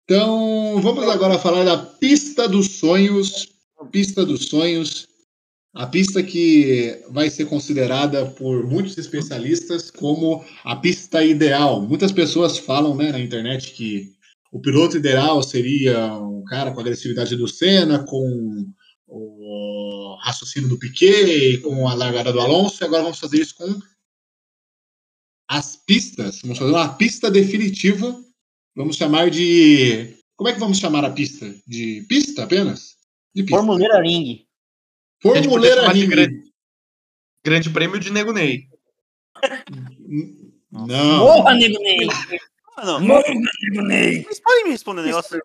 [SPEAKER 6] Então, vamos agora falar da pista dos sonhos. Pista dos sonhos. A pista que vai ser considerada por muitos especialistas como a pista ideal. Muitas pessoas falam né, na internet que o piloto ideal seria um cara com a agressividade do Senna, com o raciocínio do Piquet, com a largada do Alonso, e agora vamos fazer isso com as pistas. Vamos fazer uma pista definitiva. Vamos chamar de. Como é que vamos chamar a pista? De pista apenas? De pista.
[SPEAKER 4] Formuleira Ring.
[SPEAKER 3] A gente podia
[SPEAKER 6] Formuleira
[SPEAKER 3] chamar de
[SPEAKER 6] Ring.
[SPEAKER 3] grande, grande prêmio de Nego Ney.
[SPEAKER 6] Não.
[SPEAKER 7] Morra, nego Ney!
[SPEAKER 2] Mano,
[SPEAKER 7] Morra, nego Ney!
[SPEAKER 2] vocês podem me responder um negócio?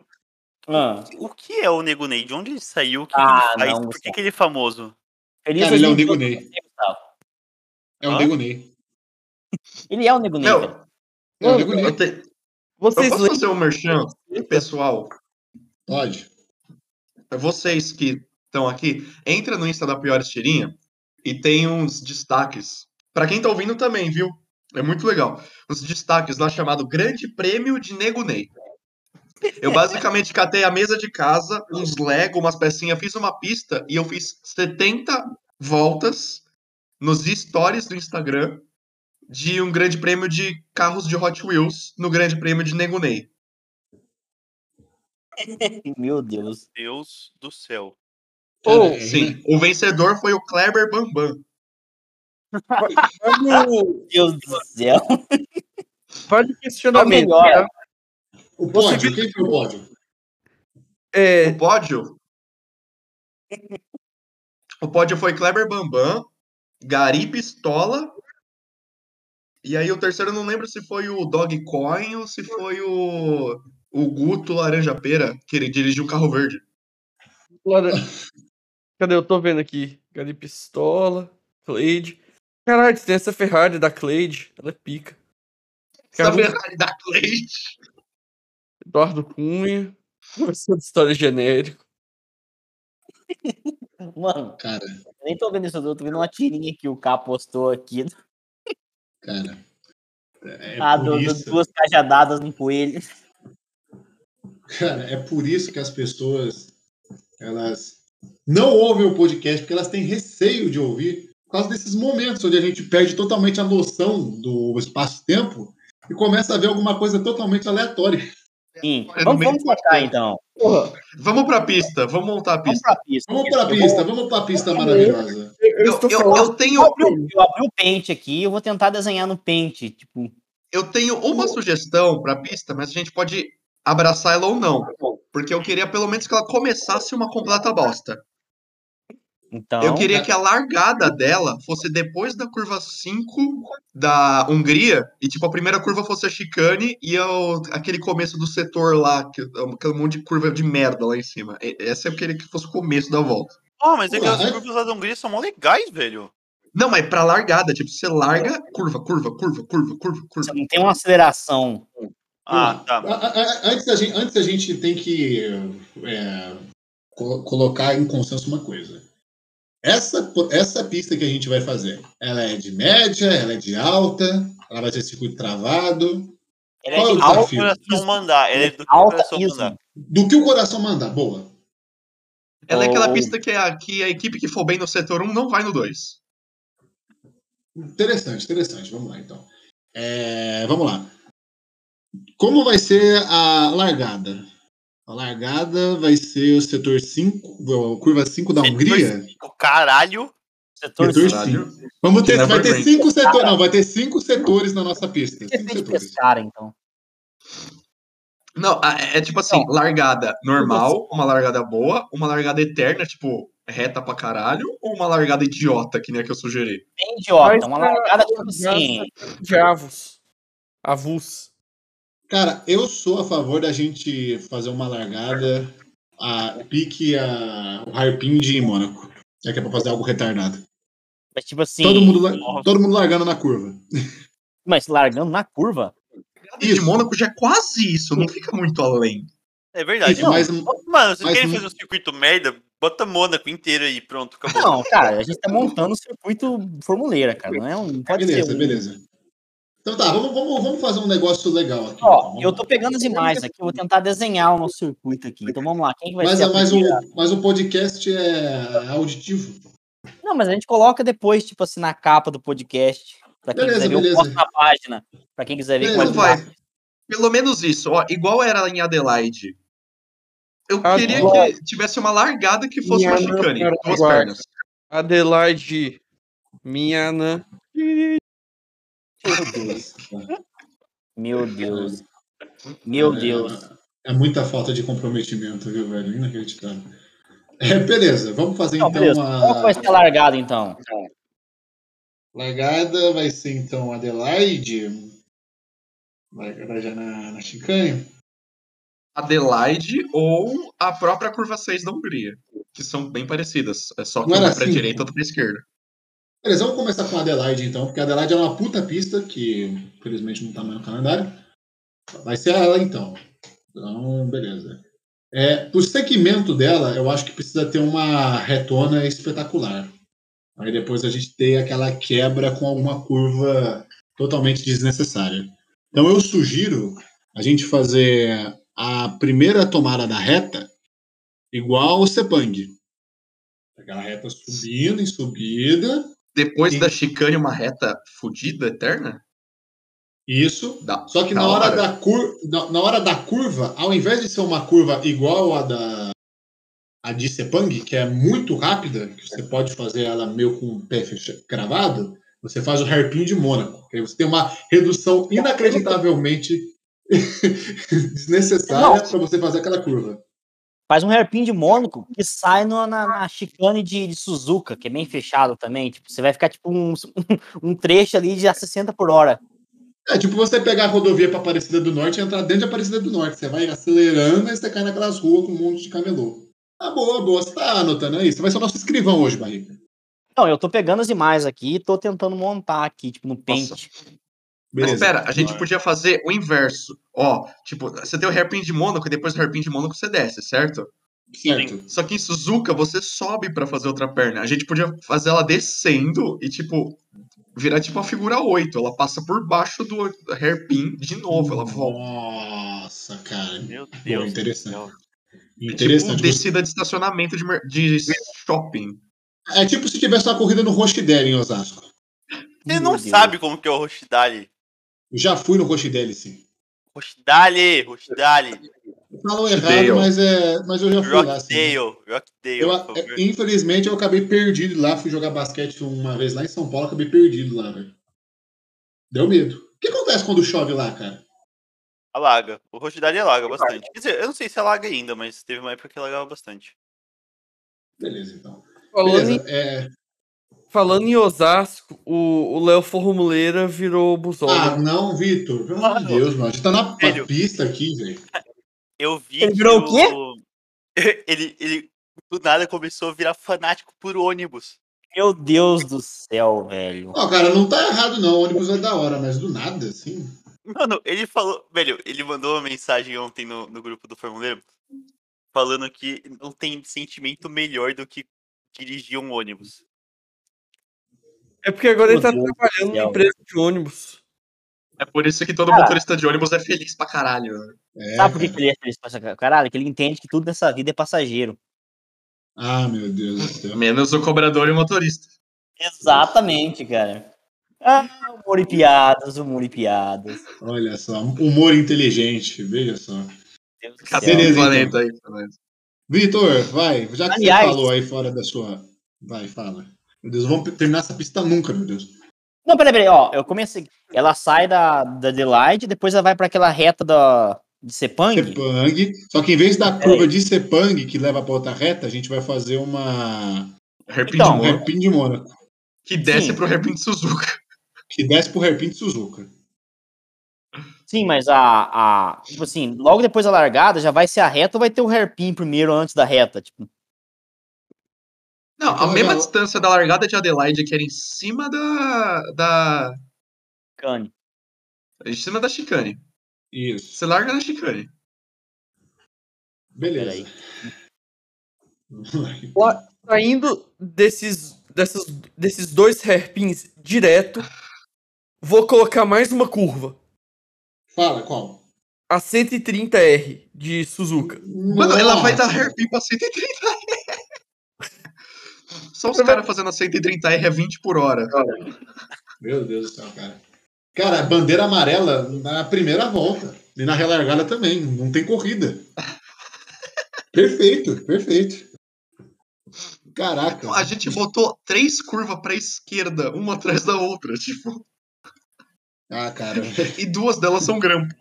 [SPEAKER 4] Ah,
[SPEAKER 2] O que é o Nego Ney? De onde ele saiu? O que
[SPEAKER 4] Ah,
[SPEAKER 2] ele faz?
[SPEAKER 4] não,
[SPEAKER 2] Por que, que ele é famoso?
[SPEAKER 4] feliz
[SPEAKER 6] Cara, ele é o
[SPEAKER 4] 2012,
[SPEAKER 6] Nego Ney.
[SPEAKER 4] Gustavo.
[SPEAKER 6] É o
[SPEAKER 2] Hã?
[SPEAKER 6] Nego Ney.
[SPEAKER 4] Ele é o Nego Ney,
[SPEAKER 3] Não.
[SPEAKER 4] velho.
[SPEAKER 6] É o
[SPEAKER 5] Não,
[SPEAKER 6] Nego
[SPEAKER 3] Eu,
[SPEAKER 6] Ney.
[SPEAKER 3] te- eu
[SPEAKER 5] Vocês
[SPEAKER 3] posso fazer um merchan
[SPEAKER 5] lembram?
[SPEAKER 3] pessoal?
[SPEAKER 6] Pode.
[SPEAKER 3] É Vocês que estão aqui, entra no Insta da Pior Tirinha e tem uns destaques. Pra quem tá ouvindo também, viu? É muito legal. Os destaques lá chamado Grande Prêmio de Nego Ney. Eu basicamente catei a mesa de casa, uns Lego, umas pecinhas, fiz uma pista e eu fiz 70 voltas nos stories do Instagram de um grande prêmio de carros de Hot Wheels no grande prêmio de Nego Ney.
[SPEAKER 4] Meu Deus.
[SPEAKER 2] Deus do céu.
[SPEAKER 6] Cara,
[SPEAKER 5] Oh,
[SPEAKER 6] é,
[SPEAKER 3] Sim, o vencedor foi o Kleber Bambam.
[SPEAKER 5] vai no,
[SPEAKER 4] Deus do céu.
[SPEAKER 5] vai no questionamento.
[SPEAKER 4] melhor.
[SPEAKER 5] tá?
[SPEAKER 6] O
[SPEAKER 5] Você
[SPEAKER 6] pódio, quem foi o pódio?
[SPEAKER 5] É,
[SPEAKER 3] O pódio. O pódio foi Kleber Bambam, Gari Pistola. E aí o terceiro eu não lembro se foi o Dog Coin ou se foi o, o Guto Laranja Pera, que ele dirigiu o carro verde.
[SPEAKER 5] Lara- Cadê? Eu tô vendo aqui. Cadê pistola? Cleide. Caralho, tem essa Ferrari da Cleide. Ela é pica.
[SPEAKER 3] Essa
[SPEAKER 5] Carro-
[SPEAKER 3] Ferrari da Cleide.
[SPEAKER 5] Eduardo Cunha. Professor de história genérico.
[SPEAKER 4] Mano,
[SPEAKER 6] Cara,
[SPEAKER 4] eu nem tô vendo isso, eu tô vendo uma tirinha que o K postou aqui.
[SPEAKER 6] cara. É
[SPEAKER 4] ah, do- do-
[SPEAKER 6] por isso.
[SPEAKER 4] duas cajadadas no coelho.
[SPEAKER 6] Cara, é por isso que as pessoas elas não ouvem o podcast, porque elas têm receio de ouvir, por causa desses momentos onde a gente perde totalmente a noção do espaço-tempo e começa a ver alguma coisa totalmente aleatória.
[SPEAKER 4] Sim.
[SPEAKER 3] É no
[SPEAKER 4] Vamos,
[SPEAKER 3] meio
[SPEAKER 4] vamos
[SPEAKER 3] do quartel.
[SPEAKER 4] tocar então.
[SPEAKER 5] Porra,
[SPEAKER 3] Vamos pra pista, vamos montar a
[SPEAKER 4] Vamos
[SPEAKER 3] pista.
[SPEAKER 4] pra pista.
[SPEAKER 6] Vamos para a pista, vamos para a pista maravilhosa.
[SPEAKER 5] eu,
[SPEAKER 3] Eu,
[SPEAKER 5] estou
[SPEAKER 3] eu-
[SPEAKER 5] falando.
[SPEAKER 3] eu tenho,
[SPEAKER 4] Eu abri, o- eu abri o pente aqui, eu vou tentar desenhar no pente. Tipo,
[SPEAKER 3] eu tenho uma sugestão pra pista, mas a gente pode abraçar ela ou não.
[SPEAKER 5] Tá
[SPEAKER 3] Porque eu queria pelo menos que ela começasse uma completa bosta.
[SPEAKER 4] então.
[SPEAKER 3] Eu queria que a largada dela fosse depois da curva 5 da Hungria, e tipo, a primeira curva fosse a chicane e o- aquele começo do setor lá, que, aquele monte de curva de merda lá em cima. E- Essa eu queria que fosse o começo da volta.
[SPEAKER 2] Ó, mas é que
[SPEAKER 6] Ué.
[SPEAKER 2] as curvas lá da Hungria são mó legais, velho.
[SPEAKER 3] Não, mas pra largada, tipo, você larga, curva, curva, curva, curva, curva,
[SPEAKER 4] Você
[SPEAKER 3] curva.
[SPEAKER 4] não tem uma aceleração.
[SPEAKER 2] Ah, tá.
[SPEAKER 6] A- a- a- Antes a gente, antes a gente tem que é, co- colocar em consenso uma coisa. Essa, essa pista que a gente vai fazer, ela é de média, ela é de alta, ela vai ter circuito travado.
[SPEAKER 4] Ela
[SPEAKER 6] Qual
[SPEAKER 4] é
[SPEAKER 6] é o
[SPEAKER 4] de
[SPEAKER 2] Ao
[SPEAKER 4] alta,
[SPEAKER 6] desafio?
[SPEAKER 2] coração mandar. Ela é do que o
[SPEAKER 4] alta
[SPEAKER 2] coração
[SPEAKER 4] ismo.
[SPEAKER 2] mandar.
[SPEAKER 6] Do que o coração mandar, boa.
[SPEAKER 3] Ela é aquela
[SPEAKER 4] Oh.
[SPEAKER 3] pista que a, que a equipe que for bem no setor 1 não vai no 2.
[SPEAKER 6] Interessante, interessante. Vamos lá, então. É, vamos lá. Como vai ser a largada? A largada vai ser o setor 5, curva 5 da
[SPEAKER 2] Setor
[SPEAKER 6] Hungria.
[SPEAKER 2] cinco, caralho.
[SPEAKER 4] Setor
[SPEAKER 6] Setor
[SPEAKER 4] cinco.
[SPEAKER 6] cinco. Vamos ter, vai ter
[SPEAKER 3] Nevermind.
[SPEAKER 6] cinco setores, não, vai ter cinco setores na nossa pista. Cinco
[SPEAKER 4] Esqueci de
[SPEAKER 6] setores.
[SPEAKER 4] pescar, então.
[SPEAKER 3] Não, a- é, é tipo
[SPEAKER 6] Então,
[SPEAKER 3] assim, largada normal, uma largada boa, uma largada eterna, tipo, reta pra caralho, ou uma largada idiota, que nem a que eu sugeri?
[SPEAKER 4] Bem idiota.
[SPEAKER 5] Mas
[SPEAKER 4] Uma
[SPEAKER 5] pra-
[SPEAKER 4] largada tipo assim.
[SPEAKER 5] Javos. Avus.
[SPEAKER 6] Cara, eu sou a favor da gente fazer uma largada, a pique a, o Harpin de Mônaco. É que é pra fazer algo retardado.
[SPEAKER 4] Mas tipo assim.
[SPEAKER 6] Todo mundo, la-
[SPEAKER 2] Nossa.
[SPEAKER 6] todo mundo largando na curva.
[SPEAKER 4] Mas largando na curva.
[SPEAKER 3] Isso.
[SPEAKER 6] Isso.
[SPEAKER 3] de Mônaco já é quase isso, não fica muito além.
[SPEAKER 2] É verdade.
[SPEAKER 6] Isso, mas,
[SPEAKER 2] Mano, vocês
[SPEAKER 6] mas
[SPEAKER 2] querem
[SPEAKER 6] não-
[SPEAKER 2] fazer um circuito merda? Bota Mônaco inteiro aí, pronto, acabou.
[SPEAKER 4] Não, cara, a gente tá montando o circuito formuleira, cara. Não é um. não Pode
[SPEAKER 6] beleza,
[SPEAKER 4] ser. um-
[SPEAKER 6] beleza. Então tá, vamos, vamos, vamos fazer um negócio legal aqui. então,
[SPEAKER 4] Ó,
[SPEAKER 6] vamos
[SPEAKER 4] eu
[SPEAKER 6] lá.
[SPEAKER 4] tô pegando as imagens aqui, eu vou tentar desenhar o nosso assim. circuito aqui. Então vamos lá, quem que vai
[SPEAKER 6] Mas,
[SPEAKER 4] ser a
[SPEAKER 6] mas, o,
[SPEAKER 4] primeira?
[SPEAKER 6] mas o podcast é auditivo.
[SPEAKER 4] Não, mas a gente coloca depois, tipo assim, na capa do podcast. Pra quem
[SPEAKER 6] Beleza,
[SPEAKER 4] quiser ver, eu
[SPEAKER 6] beleza.
[SPEAKER 4] posto na página. Pra quem quiser ver,
[SPEAKER 6] Beleza,
[SPEAKER 4] como é que
[SPEAKER 3] vai.
[SPEAKER 4] tá.
[SPEAKER 3] Pelo menos isso, ó, igual era em Adelaide. Eu
[SPEAKER 5] Ah,
[SPEAKER 3] queria
[SPEAKER 5] bom.
[SPEAKER 3] que tivesse uma largada que fosse uma
[SPEAKER 5] Minha
[SPEAKER 3] chicane,
[SPEAKER 5] cara,
[SPEAKER 3] duas
[SPEAKER 5] guarda.
[SPEAKER 3] pernas.
[SPEAKER 5] Adelaide. Miana.
[SPEAKER 6] Meu Deus.
[SPEAKER 4] Meu Deus. Meu
[SPEAKER 6] É,
[SPEAKER 4] Deus.
[SPEAKER 6] É muita falta de comprometimento, viu, velho? Inacreditável. É, beleza, vamos fazer
[SPEAKER 4] Não,
[SPEAKER 6] então
[SPEAKER 4] beleza. Qual que
[SPEAKER 6] a
[SPEAKER 4] vai ser a largada, então?
[SPEAKER 6] largada. Vai ser então Adelaide. Largada já na, na Chicanha.
[SPEAKER 3] Adelaide ou a própria curva 6 da Hungria, que são bem parecidas, é só que
[SPEAKER 6] Não era
[SPEAKER 3] uma para
[SPEAKER 6] assim?
[SPEAKER 3] direita, outra para esquerda.
[SPEAKER 6] Beleza, vamos começar com Adelaide então, porque Adelaide é uma puta pista que infelizmente não tá mais no calendário. Vai ser ela então. Então, beleza. É, pro segmento dela, eu acho que precisa ter uma retona espetacular. Aí depois a gente tem aquela quebra com alguma curva totalmente desnecessária. Então eu sugiro a gente fazer a primeira tomada da reta igual o Sepang. Aquela reta subindo em subida,
[SPEAKER 3] Depois
[SPEAKER 6] Sim.
[SPEAKER 3] da chicane, uma reta fodida, eterna?
[SPEAKER 6] Isso.
[SPEAKER 3] Da,
[SPEAKER 6] Só que
[SPEAKER 3] da
[SPEAKER 6] na hora, da cur... na, na hora da curva, ao invés de ser uma curva igual a da a de Sepang, que é muito rápida, que você pode fazer ela meio com o pé fecha- cravado, você faz o hairpin de Mônaco. que Aí você tem uma redução inacreditavelmente desnecessária para você fazer aquela curva.
[SPEAKER 4] Faz um hairpin de Mônaco que sai no- na, na chicane de, de Suzuka, que é bem fechado também. Tipo, você vai ficar tipo um, um trecho ali de a 60 por hora.
[SPEAKER 6] É tipo você pegar a rodovia para Aparecida do Norte e entrar dentro de Aparecida do Norte. Você vai acelerando e você cai naquelas ruas com um monte de camelô. Ah, boa, boa. Você tá anotando aí? Você vai ser o nosso escrivão hoje, Barriga.
[SPEAKER 4] Não, eu tô pegando as imagens aqui e tô tentando montar aqui, tipo, no pente.
[SPEAKER 3] Mas
[SPEAKER 6] Beleza.
[SPEAKER 3] espera, a gente podia fazer o inverso. Ó, tipo, você tem o hairpin de Mônaco e depois do hairpin de Mônaco você desce, certo?
[SPEAKER 6] Certo.
[SPEAKER 3] Só que em Suzuka você sobe pra fazer outra perna. A gente podia fazer ela descendo e, tipo, virar tipo uma figura 8. Ela passa por baixo do hairpin de novo,
[SPEAKER 6] Uhum.
[SPEAKER 3] ela volta.
[SPEAKER 6] Nossa, cara. É tipo
[SPEAKER 2] Meu
[SPEAKER 6] Pô,
[SPEAKER 2] Deus.
[SPEAKER 6] interessante.
[SPEAKER 2] do céu.
[SPEAKER 3] Tipo,
[SPEAKER 6] Interessante.
[SPEAKER 3] descida de estacionamento de, mer- de shopping.
[SPEAKER 6] É tipo se tivesse uma corrida no Rochidel em Osasco.
[SPEAKER 2] Você
[SPEAKER 4] Meu
[SPEAKER 2] não
[SPEAKER 4] Deus.
[SPEAKER 2] sabe como que é o Rochidale.
[SPEAKER 6] Eu já fui no Rochidel, sim.
[SPEAKER 2] Rochidale, Rochidale,
[SPEAKER 6] Falam
[SPEAKER 3] Dale.
[SPEAKER 6] errado, mas, é, mas eu já fui lá,
[SPEAKER 2] Rockdale,
[SPEAKER 6] sim.
[SPEAKER 2] Rockdale,
[SPEAKER 6] Eu,
[SPEAKER 2] por
[SPEAKER 6] a-
[SPEAKER 2] favor.
[SPEAKER 6] é, infelizmente, eu acabei perdido lá. Fui jogar basquete uma vez lá em São Paulo, acabei perdido lá, velho. Deu medo. O que acontece quando chove lá, cara?
[SPEAKER 2] Alaga. O Rochidale alaga é bastante. Quer dizer, eu não sei se alaga ainda, mas teve uma época que alagava bastante.
[SPEAKER 6] Beleza, então.
[SPEAKER 5] Falando, em,
[SPEAKER 6] Beleza. É...
[SPEAKER 5] falando em Osasco, o o Léo Formuleira virou
[SPEAKER 6] Ah,
[SPEAKER 5] Buzola.
[SPEAKER 6] não, Vitor. Pelo amor de
[SPEAKER 2] Mano.
[SPEAKER 6] Deus, mano. A gente tá na
[SPEAKER 2] Velho.
[SPEAKER 6] pista aqui, velho.
[SPEAKER 2] Eu vi
[SPEAKER 4] Ele
[SPEAKER 2] que
[SPEAKER 4] virou o quê?
[SPEAKER 2] Ele, ele do nada começou a virar fanático por ônibus.
[SPEAKER 4] Meu Deus do céu, velho.
[SPEAKER 6] Ó, cara, não tá errado, não. O ônibus é da hora, mas do nada, assim.
[SPEAKER 2] Mano, ele falou. Velho, ele mandou uma mensagem ontem no, no grupo do Formuleiro falando que não tem sentimento melhor do que dirigir um ônibus.
[SPEAKER 5] É porque agora ele tá
[SPEAKER 4] Meu Deus do
[SPEAKER 5] trabalhando na
[SPEAKER 4] céu.
[SPEAKER 5] empresa de ônibus.
[SPEAKER 3] É por isso que todo
[SPEAKER 4] Cara.
[SPEAKER 3] motorista de ônibus é feliz pra caralho. né?
[SPEAKER 6] É,
[SPEAKER 4] Sabe por que,
[SPEAKER 6] cara.
[SPEAKER 4] que ele é feliz com essa cara? Caralho, que ele entende que tudo nessa vida é passageiro.
[SPEAKER 6] Ah, meu Deus do céu.
[SPEAKER 3] Menos o cobrador e o motorista.
[SPEAKER 4] Exatamente, cara. Ah, humor e piadas, humor e piadas.
[SPEAKER 6] Olha só, humor inteligente, veja só.
[SPEAKER 4] Meu Deus do
[SPEAKER 3] Cadê
[SPEAKER 4] céu.
[SPEAKER 3] o
[SPEAKER 6] Beleza, então.
[SPEAKER 3] um planeta aí? planeta?
[SPEAKER 6] Vitor, vai, já que
[SPEAKER 4] Aliás-
[SPEAKER 6] você falou aí fora da sua. Vai, fala. Meu Deus, não vamos terminar essa pista nunca, meu Deus.
[SPEAKER 4] Não, peraí, peraí, ó, eu comecei. Ela sai da, da Adelaide, depois ela vai pra aquela reta da, de Sepang.
[SPEAKER 6] Sepang. Só que em vez da
[SPEAKER 3] É
[SPEAKER 4] Peraí.
[SPEAKER 6] curva de Sepang, que leva pra outra reta, a gente vai fazer uma.
[SPEAKER 3] Hairpin de
[SPEAKER 4] Então,
[SPEAKER 6] Um
[SPEAKER 3] Mônaco.
[SPEAKER 6] hairpin de Mônaco,
[SPEAKER 3] Que desce
[SPEAKER 4] sim.
[SPEAKER 3] pro hairpin de Suzuka.
[SPEAKER 6] que desce pro hairpin de Suzuka.
[SPEAKER 4] Sim, mas a, a. Tipo assim, logo depois da largada já vai ser a reta ou vai ter o hairpin primeiro antes da reta? Tipo,
[SPEAKER 3] Não,
[SPEAKER 6] Então,
[SPEAKER 3] a mesma
[SPEAKER 6] legal.
[SPEAKER 3] distância da largada de Adelaide, que era em cima da. da
[SPEAKER 4] cane.
[SPEAKER 3] em cima da chicane.
[SPEAKER 6] Isso.
[SPEAKER 3] Você larga na chicane.
[SPEAKER 6] Beleza.
[SPEAKER 5] What? Saindo Tá desses, dessas, desses dois hairpins direto, vou colocar mais uma curva.
[SPEAKER 6] Fala, qual?
[SPEAKER 5] A 130R de Suzuka.
[SPEAKER 3] Mano, ela vai
[SPEAKER 6] Nossa.
[SPEAKER 3] dar hairpin pra 130 Só os caras fazendo a 130 R a 20 por hora.
[SPEAKER 6] Meu Deus do céu, cara. Cara, bandeira amarela na primeira volta. E na relargada também. Não tem corrida. perfeito, perfeito. Caraca.
[SPEAKER 3] Então, A gente botou três curvas pra esquerda, uma atrás da outra, tipo,
[SPEAKER 6] Ah, cara.
[SPEAKER 3] e duas delas são grampo.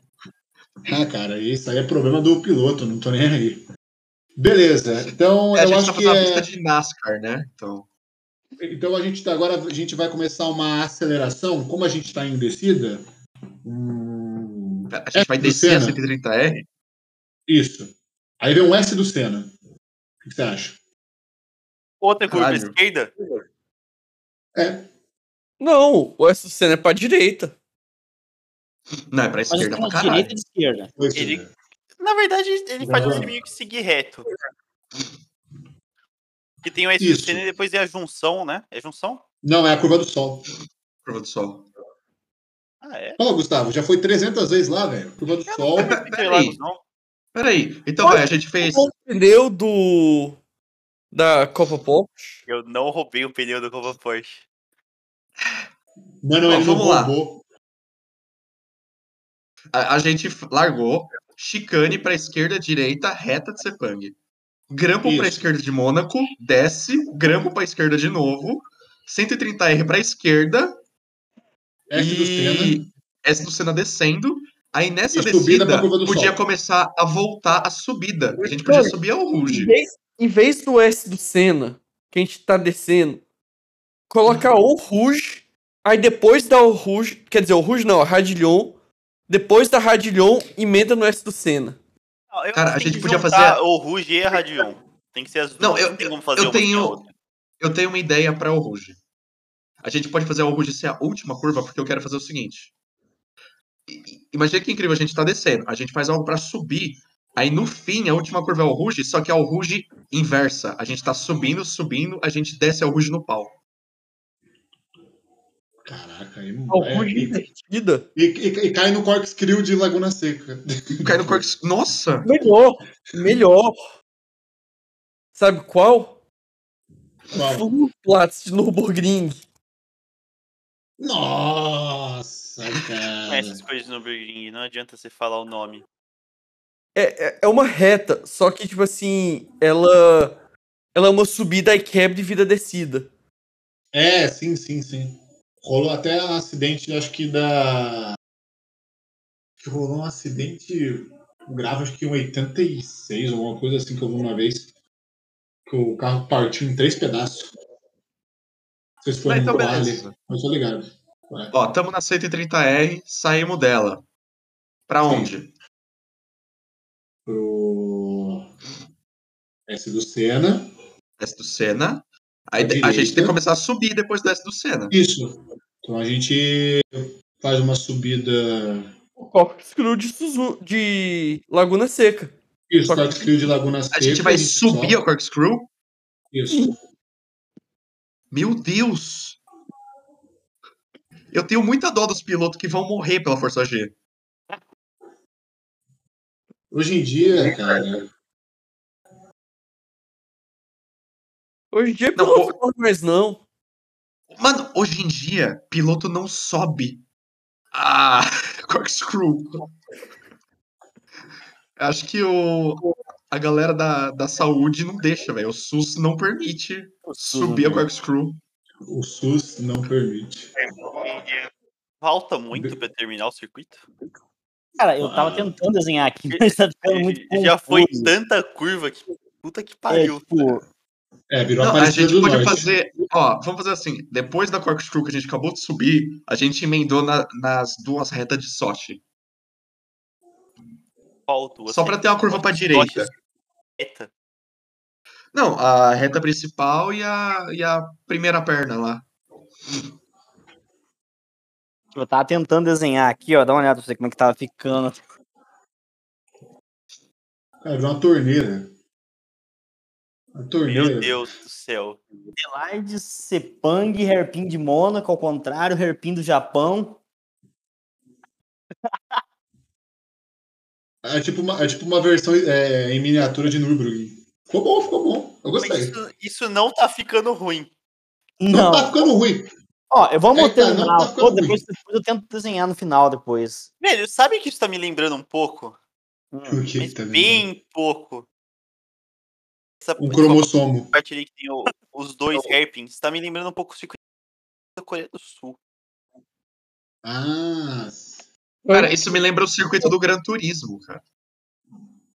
[SPEAKER 6] Ah, cara, isso aí é problema do piloto, não tô nem aí. Beleza. Então
[SPEAKER 3] É, a
[SPEAKER 6] eu
[SPEAKER 3] gente
[SPEAKER 6] acho
[SPEAKER 3] tá
[SPEAKER 6] que
[SPEAKER 3] fazendo uma pista
[SPEAKER 6] é...
[SPEAKER 3] de NASCAR, né? Então,
[SPEAKER 6] então a gente tá- agora a gente vai começar uma aceleração. Como a gente está em descida, hum,
[SPEAKER 3] a gente
[SPEAKER 6] É,
[SPEAKER 3] vai descer a
[SPEAKER 6] Senna.
[SPEAKER 3] 130R?
[SPEAKER 6] isso. Aí vem um S do Senna. O que você acha?
[SPEAKER 2] Outra curva
[SPEAKER 3] Caralho.
[SPEAKER 2] esquerda?
[SPEAKER 6] É,
[SPEAKER 5] Não, o S do Senna é pra direita.
[SPEAKER 3] Não, é pra
[SPEAKER 4] Mas
[SPEAKER 6] tá
[SPEAKER 3] esquerda pra
[SPEAKER 4] de
[SPEAKER 3] caralho.
[SPEAKER 4] direita e de esquerda.
[SPEAKER 6] foi isso.
[SPEAKER 2] Ele- Na verdade, ele faz um caminho que seguir reto. Que tem um o
[SPEAKER 6] Isso.
[SPEAKER 2] SCN e depois é a junção, né? É junção?
[SPEAKER 6] Não, é a curva do sol.
[SPEAKER 3] Curva do Sol.
[SPEAKER 2] Ah, é?
[SPEAKER 6] Fala, Gustavo, já foi 300 vezes lá, velho. Curva do sol.
[SPEAKER 3] Peraí.
[SPEAKER 2] Interlagos, não.
[SPEAKER 3] Peraí. Então, velho, a gente fez.
[SPEAKER 5] O pneu do. Da Copa Pop.
[SPEAKER 2] Eu não roubei o pneu do Copa Porsche.
[SPEAKER 6] Não, não,
[SPEAKER 3] Ó,
[SPEAKER 6] ele não
[SPEAKER 3] vamos lá.
[SPEAKER 6] roubou.
[SPEAKER 3] A, a gente f- largou chicane pra esquerda, direita, reta de Sepang. Grampo pra
[SPEAKER 6] Isso.
[SPEAKER 3] esquerda de Mônaco, desce, grampo pra esquerda de novo, 130R pra esquerda
[SPEAKER 6] S É do Senna.
[SPEAKER 3] e S do Senna descendo. Aí nessa
[SPEAKER 6] E subida
[SPEAKER 3] descida
[SPEAKER 6] pra curva do
[SPEAKER 3] podia
[SPEAKER 6] Sol.
[SPEAKER 3] começar a voltar a subida. A gente
[SPEAKER 5] Cara,
[SPEAKER 3] podia subir ao
[SPEAKER 5] Em
[SPEAKER 3] Ruge.
[SPEAKER 5] vez, em vez do S do Senna, que a gente tá descendo, coloca o Rouge, aí depois da o Rouge, quer dizer, o Rouge não, a Radilhon, depois da Radilhon, emenda no S do Senna.
[SPEAKER 2] Não, eu
[SPEAKER 3] Cara,
[SPEAKER 2] acho
[SPEAKER 3] a
[SPEAKER 2] que tem
[SPEAKER 3] gente
[SPEAKER 2] que
[SPEAKER 3] podia
[SPEAKER 2] juntar
[SPEAKER 3] fazer
[SPEAKER 2] O Ruge e a Radion. um. Tem que ser as duas.
[SPEAKER 3] Não, eu-
[SPEAKER 2] não tem como fazer
[SPEAKER 3] eu
[SPEAKER 2] uma sem a
[SPEAKER 3] tenho-
[SPEAKER 2] outra.
[SPEAKER 3] Eu tenho uma ideia para o Ruge. A gente pode fazer o Ruge ser a última curva, porque eu quero fazer o seguinte. I- i- Imagina que incrível, a gente tá descendo. A gente faz algo para subir. Aí no fim, a última curva é o Ruge, só que é o Ruge inversa. A gente tá subindo, subindo, a gente desce ao Ruge no pau.
[SPEAKER 6] Caraca, aí não
[SPEAKER 5] O
[SPEAKER 6] é,
[SPEAKER 5] Rouge
[SPEAKER 6] e,
[SPEAKER 5] invertida.
[SPEAKER 6] e- e cai no corkscrew de Laguna Seca.
[SPEAKER 3] Cai no corte.
[SPEAKER 6] Uhum.
[SPEAKER 3] Nossa!
[SPEAKER 5] Melhor, melhor. Sabe qual?
[SPEAKER 6] Uau.
[SPEAKER 5] Platz de Nürburgring.
[SPEAKER 6] Nossa, cara.
[SPEAKER 2] Essas coisas no Burger não adianta você falar o nome.
[SPEAKER 5] É, é, é uma reta, só que, tipo assim, ela. Ela é uma subida e quebra e vida descida.
[SPEAKER 6] É, sim, sim, sim. Rolou até um acidente, acho que da. acho que Rolou um acidente grave, acho que em 86, alguma coisa assim que eu vi uma vez. Que o carro partiu em três pedaços. Vocês
[SPEAKER 3] Ah,
[SPEAKER 6] foram
[SPEAKER 3] então
[SPEAKER 6] no Vale,
[SPEAKER 3] beleza.
[SPEAKER 6] mas tô ligado.
[SPEAKER 3] Ó, tamo na 130R, saímos dela. Pra
[SPEAKER 6] Sim.
[SPEAKER 3] onde?
[SPEAKER 6] Pro. S do Senna.
[SPEAKER 3] Desce do Senna. Aí
[SPEAKER 6] Pra
[SPEAKER 3] de- a gente tem que
[SPEAKER 6] direita.
[SPEAKER 3] começar a subir depois desce do Senna.
[SPEAKER 6] Isso. Então a gente faz uma subida
[SPEAKER 5] O corkscrew de, Suzu, de Laguna Seca.
[SPEAKER 6] Isso,
[SPEAKER 5] Só que-
[SPEAKER 6] corkscrew de Laguna Seca.
[SPEAKER 3] A gente vai
[SPEAKER 6] isso,
[SPEAKER 3] subir
[SPEAKER 6] só-
[SPEAKER 3] ao corkscrew?
[SPEAKER 6] Isso.
[SPEAKER 3] Meu Deus! Eu tenho muita dó dos pilotos que vão morrer pela Força G.
[SPEAKER 6] Hoje em dia, cara.
[SPEAKER 5] Hoje em dia é
[SPEAKER 3] Não,
[SPEAKER 5] não, não mais não.
[SPEAKER 3] Mano, hoje em dia, piloto não sobe. Ah, corkscrew. Acho que o, a galera da, da saúde não deixa, velho. O SUS não permite subir a corkscrew.
[SPEAKER 6] O SUS não permite.
[SPEAKER 2] Falta muito pra terminar o circuito.
[SPEAKER 4] Cara, eu
[SPEAKER 6] Ah.
[SPEAKER 4] tava tentando desenhar aqui, mas tá
[SPEAKER 2] É
[SPEAKER 4] ficando muito
[SPEAKER 2] Já foi
[SPEAKER 4] confuso.
[SPEAKER 2] tanta curva que. Puta que
[SPEAKER 4] É,
[SPEAKER 2] pariu.
[SPEAKER 4] tipo,
[SPEAKER 6] É, virou
[SPEAKER 3] Não,
[SPEAKER 6] a
[SPEAKER 3] a
[SPEAKER 6] parecida
[SPEAKER 3] gente
[SPEAKER 6] do
[SPEAKER 3] podia
[SPEAKER 6] norte.
[SPEAKER 3] fazer. Ó, vamos fazer assim. Depois da corkscrew que a gente acabou de subir, a gente emendou na- nas duas retas de sorte.
[SPEAKER 2] Falta duas.
[SPEAKER 3] Só pra ter uma curva pra direita.
[SPEAKER 2] Reta.
[SPEAKER 3] Não, a reta principal e a, e a primeira perna lá.
[SPEAKER 4] eu tava tentando desenhar aqui, ó. Dá uma olhada pra você como é que tava ficando.
[SPEAKER 6] Cara, É, virou uma torneira. Uma torneira.
[SPEAKER 2] Meu Deus do céu.
[SPEAKER 4] Adelaide, Sepang, Herpin de Mônaco, ao contrário, Herpin do Japão.
[SPEAKER 6] É tipo uma, é tipo uma versão é, em miniatura de Nürburgring. Ficou bom, ficou bom. Eu gostei.
[SPEAKER 2] Isso, isso não tá ficando ruim.
[SPEAKER 4] Não.
[SPEAKER 6] Não, tá ficando ruim.
[SPEAKER 4] Ó, eu vamos
[SPEAKER 6] Eita, não
[SPEAKER 4] terminar.
[SPEAKER 6] tá
[SPEAKER 4] Pô,
[SPEAKER 6] ficando
[SPEAKER 4] depois, depois eu tento desenhar no final depois. Hum,
[SPEAKER 2] Velho, sabe que isso tá me lembrando um pouco?
[SPEAKER 6] Por que
[SPEAKER 2] Mas
[SPEAKER 6] tá vendo?
[SPEAKER 2] bem pouco. Essa
[SPEAKER 6] Um cromossomo.
[SPEAKER 2] parte ali que tem o- os dois hairpins, tá me lembrando um pouco o circuito da Coreia do Sul.
[SPEAKER 6] Ah.
[SPEAKER 3] Cara, isso me lembra o circuito do Gran Turismo, cara.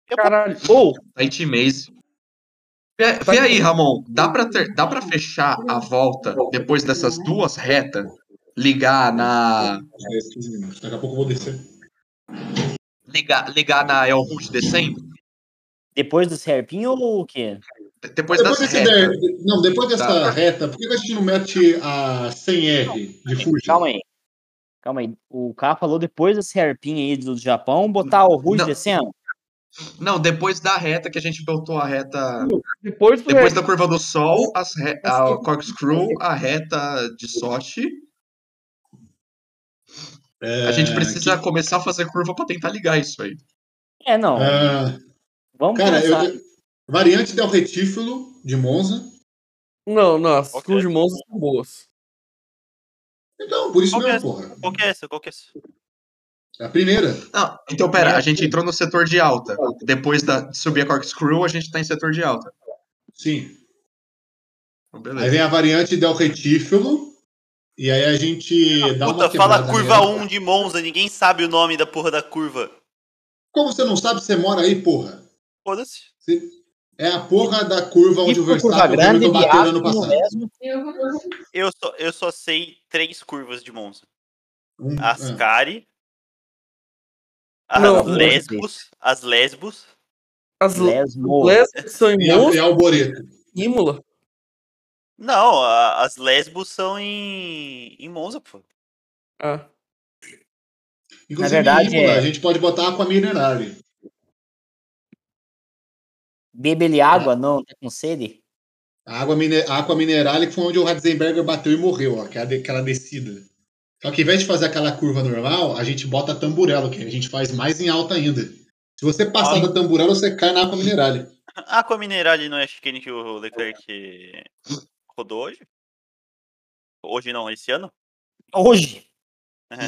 [SPEAKER 5] Caralho. Ou,
[SPEAKER 3] Tight Maze. Tá Vê, vê aí, Ramon, dá pra, ter, dá pra fechar a volta depois dessas duas retas? Ligar na.
[SPEAKER 6] 10, 15 minutos. É, né? Daqui a pouco eu vou descer.
[SPEAKER 3] Ligar, ligar na El Rush descendo?
[SPEAKER 4] Depois do Serpinho ou o quê?
[SPEAKER 3] De- Depois
[SPEAKER 6] Depois
[SPEAKER 3] das
[SPEAKER 6] desse
[SPEAKER 3] retas.
[SPEAKER 6] der- não, depois dessa
[SPEAKER 3] Tá.
[SPEAKER 6] reta, por que a gente não mete a 100R de Fuji?
[SPEAKER 4] Calma aí. Calma aí. O K falou depois desse hairpin aí do Japão, botar o Ruge
[SPEAKER 3] Não.
[SPEAKER 4] descendo.
[SPEAKER 3] Não, depois da reta que a gente botou a reta.
[SPEAKER 5] Depois do
[SPEAKER 3] Depois da curva do sol, as re- a corkscrew, a reta de Sochi.
[SPEAKER 6] É,
[SPEAKER 3] A gente precisa começar a fazer curva pra tentar ligar isso aí.
[SPEAKER 4] É, não.
[SPEAKER 6] ah,
[SPEAKER 4] Vamos
[SPEAKER 6] cara, eu,
[SPEAKER 4] pensar.
[SPEAKER 6] variante del retífilo de Monza.
[SPEAKER 5] Não, não, as
[SPEAKER 2] Ok.
[SPEAKER 5] okay. de Monza são boas.
[SPEAKER 6] Então, por isso
[SPEAKER 2] Ok.
[SPEAKER 6] mesmo, porra.
[SPEAKER 2] Qual que é essa? Qual que é essa?
[SPEAKER 6] A primeira.
[SPEAKER 3] Não, então pera, a
[SPEAKER 6] é
[SPEAKER 3] gente entrou no setor de alta.
[SPEAKER 6] Tá.
[SPEAKER 3] Depois da de subir a corkscrew, a gente tá em setor de alta.
[SPEAKER 6] Sim.
[SPEAKER 3] Então,
[SPEAKER 6] Aí
[SPEAKER 3] beleza.
[SPEAKER 6] vem a variante del retífilo. E aí a gente dá uma
[SPEAKER 2] Puta, fala
[SPEAKER 6] quebrada né?
[SPEAKER 2] curva
[SPEAKER 6] nela.
[SPEAKER 2] 1 de Monza, ninguém sabe o nome da porra da curva.
[SPEAKER 6] Como você não sabe, você mora aí, porra.
[SPEAKER 2] Foda-se.
[SPEAKER 6] É a porra da curva onde o
[SPEAKER 4] Tipo,
[SPEAKER 6] Verstappen
[SPEAKER 4] curva
[SPEAKER 6] e o
[SPEAKER 4] grande, né?
[SPEAKER 6] Hamilton bateram ano
[SPEAKER 4] viado,
[SPEAKER 6] passado.
[SPEAKER 4] mesmo.
[SPEAKER 2] Eu só, eu só sei três curvas de Monza.
[SPEAKER 6] Um, ah.
[SPEAKER 2] Ascari. As
[SPEAKER 5] Não.
[SPEAKER 2] Lesbos. As Lesbos.
[SPEAKER 5] As
[SPEAKER 4] Né? Lesmo.
[SPEAKER 5] Lesbos são em
[SPEAKER 6] é. E a, e
[SPEAKER 5] Monza
[SPEAKER 6] a Alboreto.
[SPEAKER 5] e Imola.
[SPEAKER 2] Não, a- as Lesbos são em, em Monza, pô.
[SPEAKER 5] Ah,
[SPEAKER 6] Inclusive,
[SPEAKER 4] verdade,
[SPEAKER 6] Imola,
[SPEAKER 4] é.
[SPEAKER 6] a gente pode botar Aqua Minerale.
[SPEAKER 4] Bebe ele água, não, tá com sede?
[SPEAKER 6] A água, mine a água mineral que foi onde o Ratzenberger bateu e morreu, ó, que é a de- aquela descida. Só que ao invés de fazer aquela curva normal, a gente bota tamburelo, que a gente faz mais em alta ainda. Se você passar
[SPEAKER 2] Ai.
[SPEAKER 6] da tamburelo, você cai na água mineral.
[SPEAKER 2] A Aqua Minerale não é a chicane que o Leclerc rodou hoje? Hoje não, esse ano?
[SPEAKER 4] Hoje.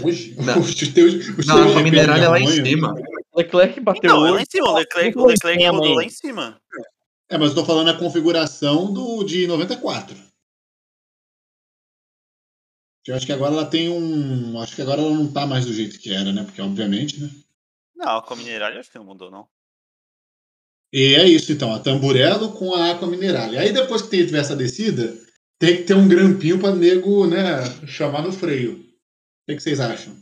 [SPEAKER 6] Hoje,
[SPEAKER 3] É. Não.
[SPEAKER 6] hoje, o teu, o
[SPEAKER 3] Não,
[SPEAKER 6] seu
[SPEAKER 3] a mineral é lá em
[SPEAKER 6] tamanho-
[SPEAKER 3] cima.
[SPEAKER 5] Leclerc bateu
[SPEAKER 2] Não, é lá
[SPEAKER 5] hoje.
[SPEAKER 2] em cima. O Leclerc, o
[SPEAKER 4] Muito
[SPEAKER 2] Leclerc
[SPEAKER 4] extremo,
[SPEAKER 2] rodou lá
[SPEAKER 4] hein?
[SPEAKER 2] em cima.
[SPEAKER 6] É, mas eu tô falando a configuração do, de 94. Eu acho que agora ela tem um. Acho que agora ela não tá mais do jeito que era, né? Porque, obviamente, né?
[SPEAKER 2] Não, a Aqua Minerale acho que não mudou, não.
[SPEAKER 6] E é isso, então, a tamburelo com a aqua mineral. E aí depois que tiver essa descida, tem que ter um grampinho pra nego, né, chamar no freio. O que, que vocês acham?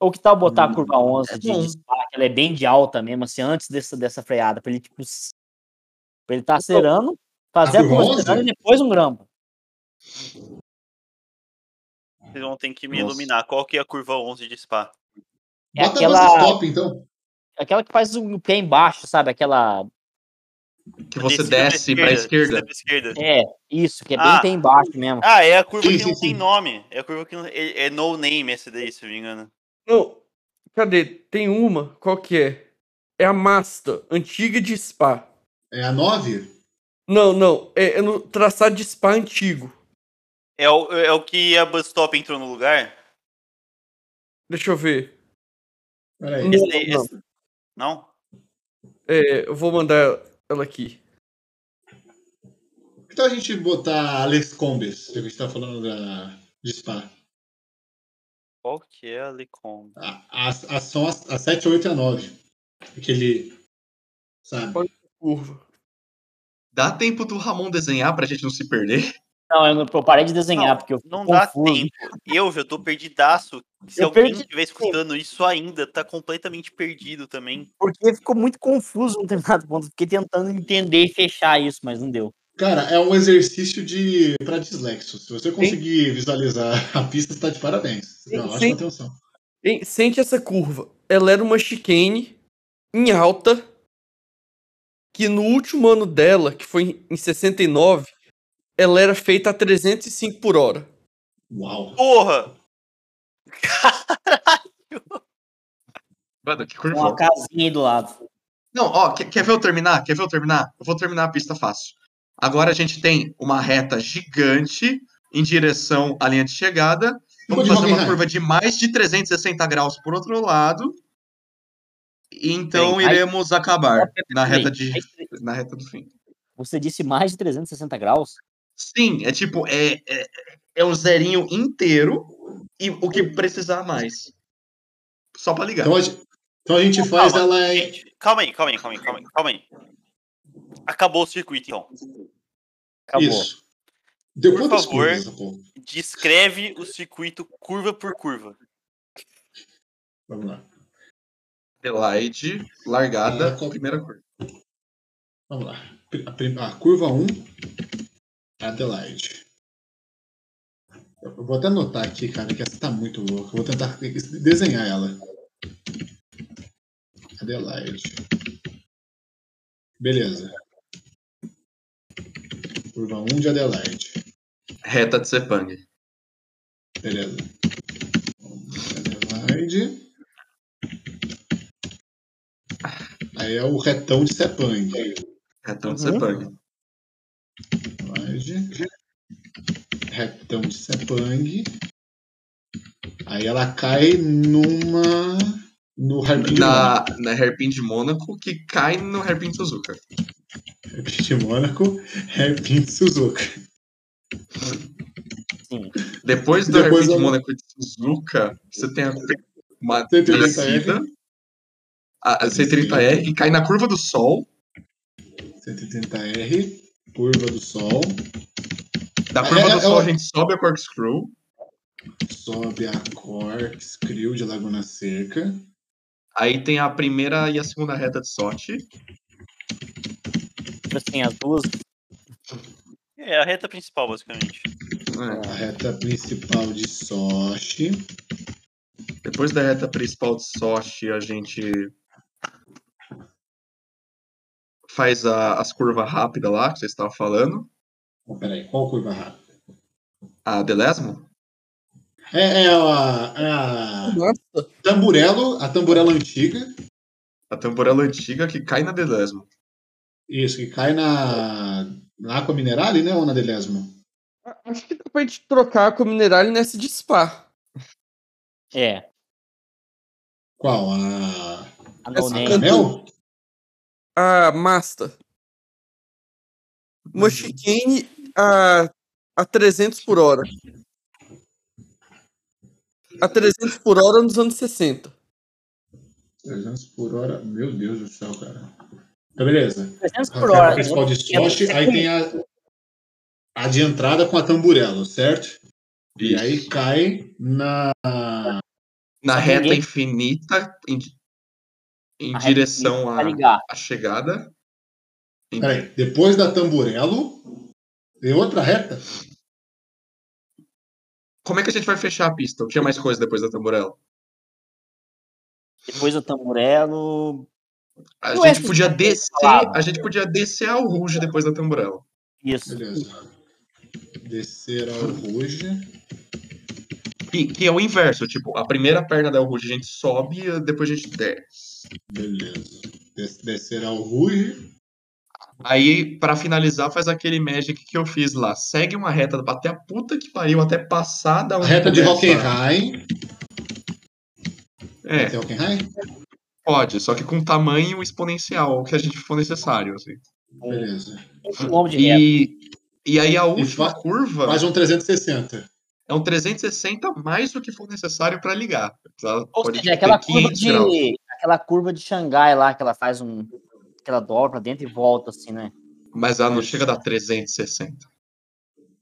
[SPEAKER 4] Ou que tal botar
[SPEAKER 6] Hum,
[SPEAKER 4] a curva 11 de,
[SPEAKER 3] bom.
[SPEAKER 4] de Spa, que ela é bem de alta mesmo, assim, antes dessa, dessa freada, pra ele, tipo, s- pra ele tá acerando, fazer
[SPEAKER 6] a
[SPEAKER 4] a,
[SPEAKER 6] curva
[SPEAKER 4] curva
[SPEAKER 6] 11?
[SPEAKER 4] acelerando e depois um grampo.
[SPEAKER 2] Vocês vão ter que me
[SPEAKER 3] Nossa.
[SPEAKER 2] iluminar. Qual que é a curva 11 de Spa?
[SPEAKER 4] É
[SPEAKER 6] Bota
[SPEAKER 4] aquela-
[SPEAKER 6] aquela... stop, então.
[SPEAKER 4] Aquela que faz o pé embaixo, sabe? Aquela.
[SPEAKER 3] Que você
[SPEAKER 2] Descida
[SPEAKER 3] desce pra esquerda.
[SPEAKER 2] descida pra esquerda.
[SPEAKER 4] É, isso, que é bem
[SPEAKER 2] Ah.
[SPEAKER 4] pé embaixo mesmo.
[SPEAKER 2] Ah, é a curva
[SPEAKER 6] Sim,
[SPEAKER 2] que
[SPEAKER 6] sim,
[SPEAKER 2] não tem
[SPEAKER 6] sim.
[SPEAKER 2] nome. É a curva que não... É, é no name essa daí, se eu não me engano.
[SPEAKER 5] Não, cadê? Tem uma, qual que é? É a Masta, antiga de Spa.
[SPEAKER 6] É a 9?
[SPEAKER 5] Não, não, é, é no traçado de Spa antigo.
[SPEAKER 2] É o, é o que a Bus Stop entrou no lugar?
[SPEAKER 5] Deixa eu ver.
[SPEAKER 6] Peraí.
[SPEAKER 5] Não,
[SPEAKER 2] Esse daí-
[SPEAKER 5] não.
[SPEAKER 2] esse- Não?
[SPEAKER 5] É, eu vou mandar ela aqui.
[SPEAKER 6] Então a gente botar Alex Combes, já que a gente tá falando da, de Spa.
[SPEAKER 2] Qual que é a Lecom?
[SPEAKER 6] A, a, a, são as, as 7, 8 e a 9. Aquele. Sabe?
[SPEAKER 5] Curva.
[SPEAKER 3] Dá tempo do Ramon desenhar pra gente não se perder.
[SPEAKER 4] Não, eu, não, eu parei de desenhar,
[SPEAKER 2] Não,
[SPEAKER 4] porque eu fiquei
[SPEAKER 2] Não dá
[SPEAKER 4] confuso.
[SPEAKER 2] tempo. Eu já tô perdidaço. Se
[SPEAKER 4] Eu
[SPEAKER 2] alguém
[SPEAKER 4] perdi
[SPEAKER 2] estiver escutando isso ainda, tá completamente perdido também.
[SPEAKER 4] Porque ficou muito confuso num determinado ponto. Fiquei tentando entender e fechar isso, mas não deu.
[SPEAKER 6] Cara, é um exercício de para dislexo. Se você conseguir visualizar a pista, está de parabéns.
[SPEAKER 5] Sim,
[SPEAKER 6] Não, acho
[SPEAKER 5] sim.
[SPEAKER 6] que atenção.
[SPEAKER 5] Hein, Sente essa curva. Ela era uma chicane em alta que no último ano dela, que foi em 69, ela era feita a 305 por hora.
[SPEAKER 6] Uau.
[SPEAKER 2] Porra!
[SPEAKER 3] Mano, que
[SPEAKER 4] Com uma
[SPEAKER 3] curva.
[SPEAKER 4] casinha aí do lado.
[SPEAKER 3] Não, ó, quer, quer ver eu terminar? Quer ver eu terminar? Eu vou terminar a pista fácil. Agora a gente tem uma reta gigante em direção à linha de chegada. Vamos
[SPEAKER 6] de
[SPEAKER 3] fazer uma
[SPEAKER 6] Hockenheim.
[SPEAKER 3] curva de mais de 360 graus por outro lado. E Então
[SPEAKER 4] Bem, aí-
[SPEAKER 3] iremos acabar na reta,
[SPEAKER 4] Bem,
[SPEAKER 3] de,
[SPEAKER 4] aí
[SPEAKER 3] na reta do fim.
[SPEAKER 4] Você disse mais de 360 graus?
[SPEAKER 3] Sim, é tipo, é, é, é um zerinho inteiro e o que precisar mais. Só pra ligar.
[SPEAKER 6] Então, a gente- Então a gente faz
[SPEAKER 2] calma,
[SPEAKER 6] ela
[SPEAKER 3] é-
[SPEAKER 6] é em.
[SPEAKER 2] gente, calma aí, calma aí, calma aí, calma aí, calma aí. Acabou o circuito, então.
[SPEAKER 4] Acabou.
[SPEAKER 6] Isso. Deu
[SPEAKER 2] Por
[SPEAKER 6] quantas
[SPEAKER 2] favor.
[SPEAKER 6] curvas essa porra?
[SPEAKER 2] Descreve o circuito curva por curva.
[SPEAKER 6] Vamos lá.
[SPEAKER 3] Adelaide, largada,
[SPEAKER 6] É, com-
[SPEAKER 3] primeira curva.
[SPEAKER 6] Vamos lá. Pri- A, prim- a curva 1, Adelaide. Eu vou até anotar aqui, cara, que essa tá muito louca. Eu vou tentar desenhar ela. Adelaide. Beleza. Curva 1 de Adelaide.
[SPEAKER 3] Reta de Sepang.
[SPEAKER 6] Beleza. Adelaide. Aí é o retão de Sepang.
[SPEAKER 3] Retão de
[SPEAKER 4] Uhum.
[SPEAKER 3] Sepang.
[SPEAKER 6] Laje. Retão de Sepang. Aí ela cai numa. No Harpin de Mônaco.
[SPEAKER 3] Na, na Hairpin de Mônaco, que cai no Hairpin de Suzuka.
[SPEAKER 6] Hairpin de Mônaco, Harpin de Suzuka.
[SPEAKER 4] Sim.
[SPEAKER 3] Depois do
[SPEAKER 6] Depois
[SPEAKER 3] Hairpin de
[SPEAKER 6] eu-
[SPEAKER 3] Mônaco e de Suzuka, você tem a, uma
[SPEAKER 6] 130R.
[SPEAKER 3] descida, a a 130R, que cai na curva do Sol,
[SPEAKER 6] 130R, Curva do Sol.
[SPEAKER 3] da curva
[SPEAKER 6] É,
[SPEAKER 3] do
[SPEAKER 6] é,
[SPEAKER 3] Sol
[SPEAKER 6] eu-
[SPEAKER 3] a gente sobe a corkscrew,
[SPEAKER 6] Sobe a Corkscrew de Laguna Seca.
[SPEAKER 3] aí tem a primeira e a segunda reta de Sochi,
[SPEAKER 4] Tipo assim, as duas.
[SPEAKER 2] É a reta principal, basicamente.
[SPEAKER 3] né?
[SPEAKER 4] É.
[SPEAKER 6] A reta principal de Sochi.
[SPEAKER 3] Depois da reta principal de Sochi, a gente faz a- as curvas rápidas lá que vocês estavam falando.
[SPEAKER 6] Oh, peraí, qual curva rápida?
[SPEAKER 3] A Delesmo?
[SPEAKER 6] É, é a, é a
[SPEAKER 5] Nossa,
[SPEAKER 6] Tamburello, a Tamburello antiga.
[SPEAKER 3] A tamborela antiga que cai na Delesmo.
[SPEAKER 6] Isso, que cai na, na Aqua Minerale, né? Ou na Delesmo?
[SPEAKER 5] acho que dá pra gente trocar com a Minerale nessa de Spa.
[SPEAKER 4] É.
[SPEAKER 6] Qual? A.
[SPEAKER 4] A
[SPEAKER 5] Essa
[SPEAKER 4] no
[SPEAKER 6] a
[SPEAKER 4] name.
[SPEAKER 5] cantora-
[SPEAKER 6] Mel?
[SPEAKER 5] A Ah, Masta. Uma chicane a, a 300 por hora. A 300 por hora nos anos 60.
[SPEAKER 6] 300 por hora. Meu Deus do céu, cara. Então, beleza.
[SPEAKER 4] 300 por hora.
[SPEAKER 6] A
[SPEAKER 4] né? É,
[SPEAKER 6] reta principal de Sochi, aí tem a. A de entrada com a Tamburello, certo? E aí cai na.
[SPEAKER 3] na
[SPEAKER 4] Só que
[SPEAKER 3] reta
[SPEAKER 4] ninguém-
[SPEAKER 3] infinita em, di- em
[SPEAKER 4] A reta tá
[SPEAKER 3] direção
[SPEAKER 4] Pra
[SPEAKER 6] "Ah,
[SPEAKER 3] à
[SPEAKER 4] ligar.
[SPEAKER 3] à chegada. Em-
[SPEAKER 6] Peraí, depois da Tamburello, tem outra reta?
[SPEAKER 3] Como é que a gente vai fechar a pista? Tinha mais coisa depois da tamborela?
[SPEAKER 4] Depois o tamburelo.
[SPEAKER 3] A
[SPEAKER 4] Eu acho
[SPEAKER 3] gente
[SPEAKER 4] que
[SPEAKER 3] podia
[SPEAKER 4] isso é
[SPEAKER 3] descer,
[SPEAKER 4] falado.
[SPEAKER 3] a gente podia descer ao Ruge depois da tamborela.
[SPEAKER 4] Isso.
[SPEAKER 6] Beleza. Descer ao Ruge.
[SPEAKER 3] Que, que é o inverso, tipo, a primeira perna da El Ruge a gente sobe e depois a gente desce.
[SPEAKER 6] Beleza. Des- Descer ao Ruge.
[SPEAKER 3] Aí, pra finalizar, faz aquele magic que eu fiz lá. Segue uma reta até a puta que pariu, até passar da
[SPEAKER 6] A
[SPEAKER 3] onde
[SPEAKER 6] Reta de
[SPEAKER 3] começa.
[SPEAKER 6] Hockenheim.
[SPEAKER 3] É,
[SPEAKER 6] Tem Hockenheim?
[SPEAKER 3] pode, só que com tamanho exponencial que a gente for necessário, assim.
[SPEAKER 6] Beleza.
[SPEAKER 4] Um nome de reta.
[SPEAKER 3] E, e aí a última
[SPEAKER 6] fa-
[SPEAKER 3] curva
[SPEAKER 6] Mais um 360.
[SPEAKER 3] é um 360 mais o que for necessário pra ligar. Tá?
[SPEAKER 4] Ou
[SPEAKER 3] Pode
[SPEAKER 4] seja,
[SPEAKER 3] ter
[SPEAKER 4] aquela curva
[SPEAKER 3] 500 graus.
[SPEAKER 4] de. Aquela curva de Xangai lá, que ela faz um. Que ela dobra pra dentro e volta, assim, né?
[SPEAKER 3] Mas ela não chega a dar 360.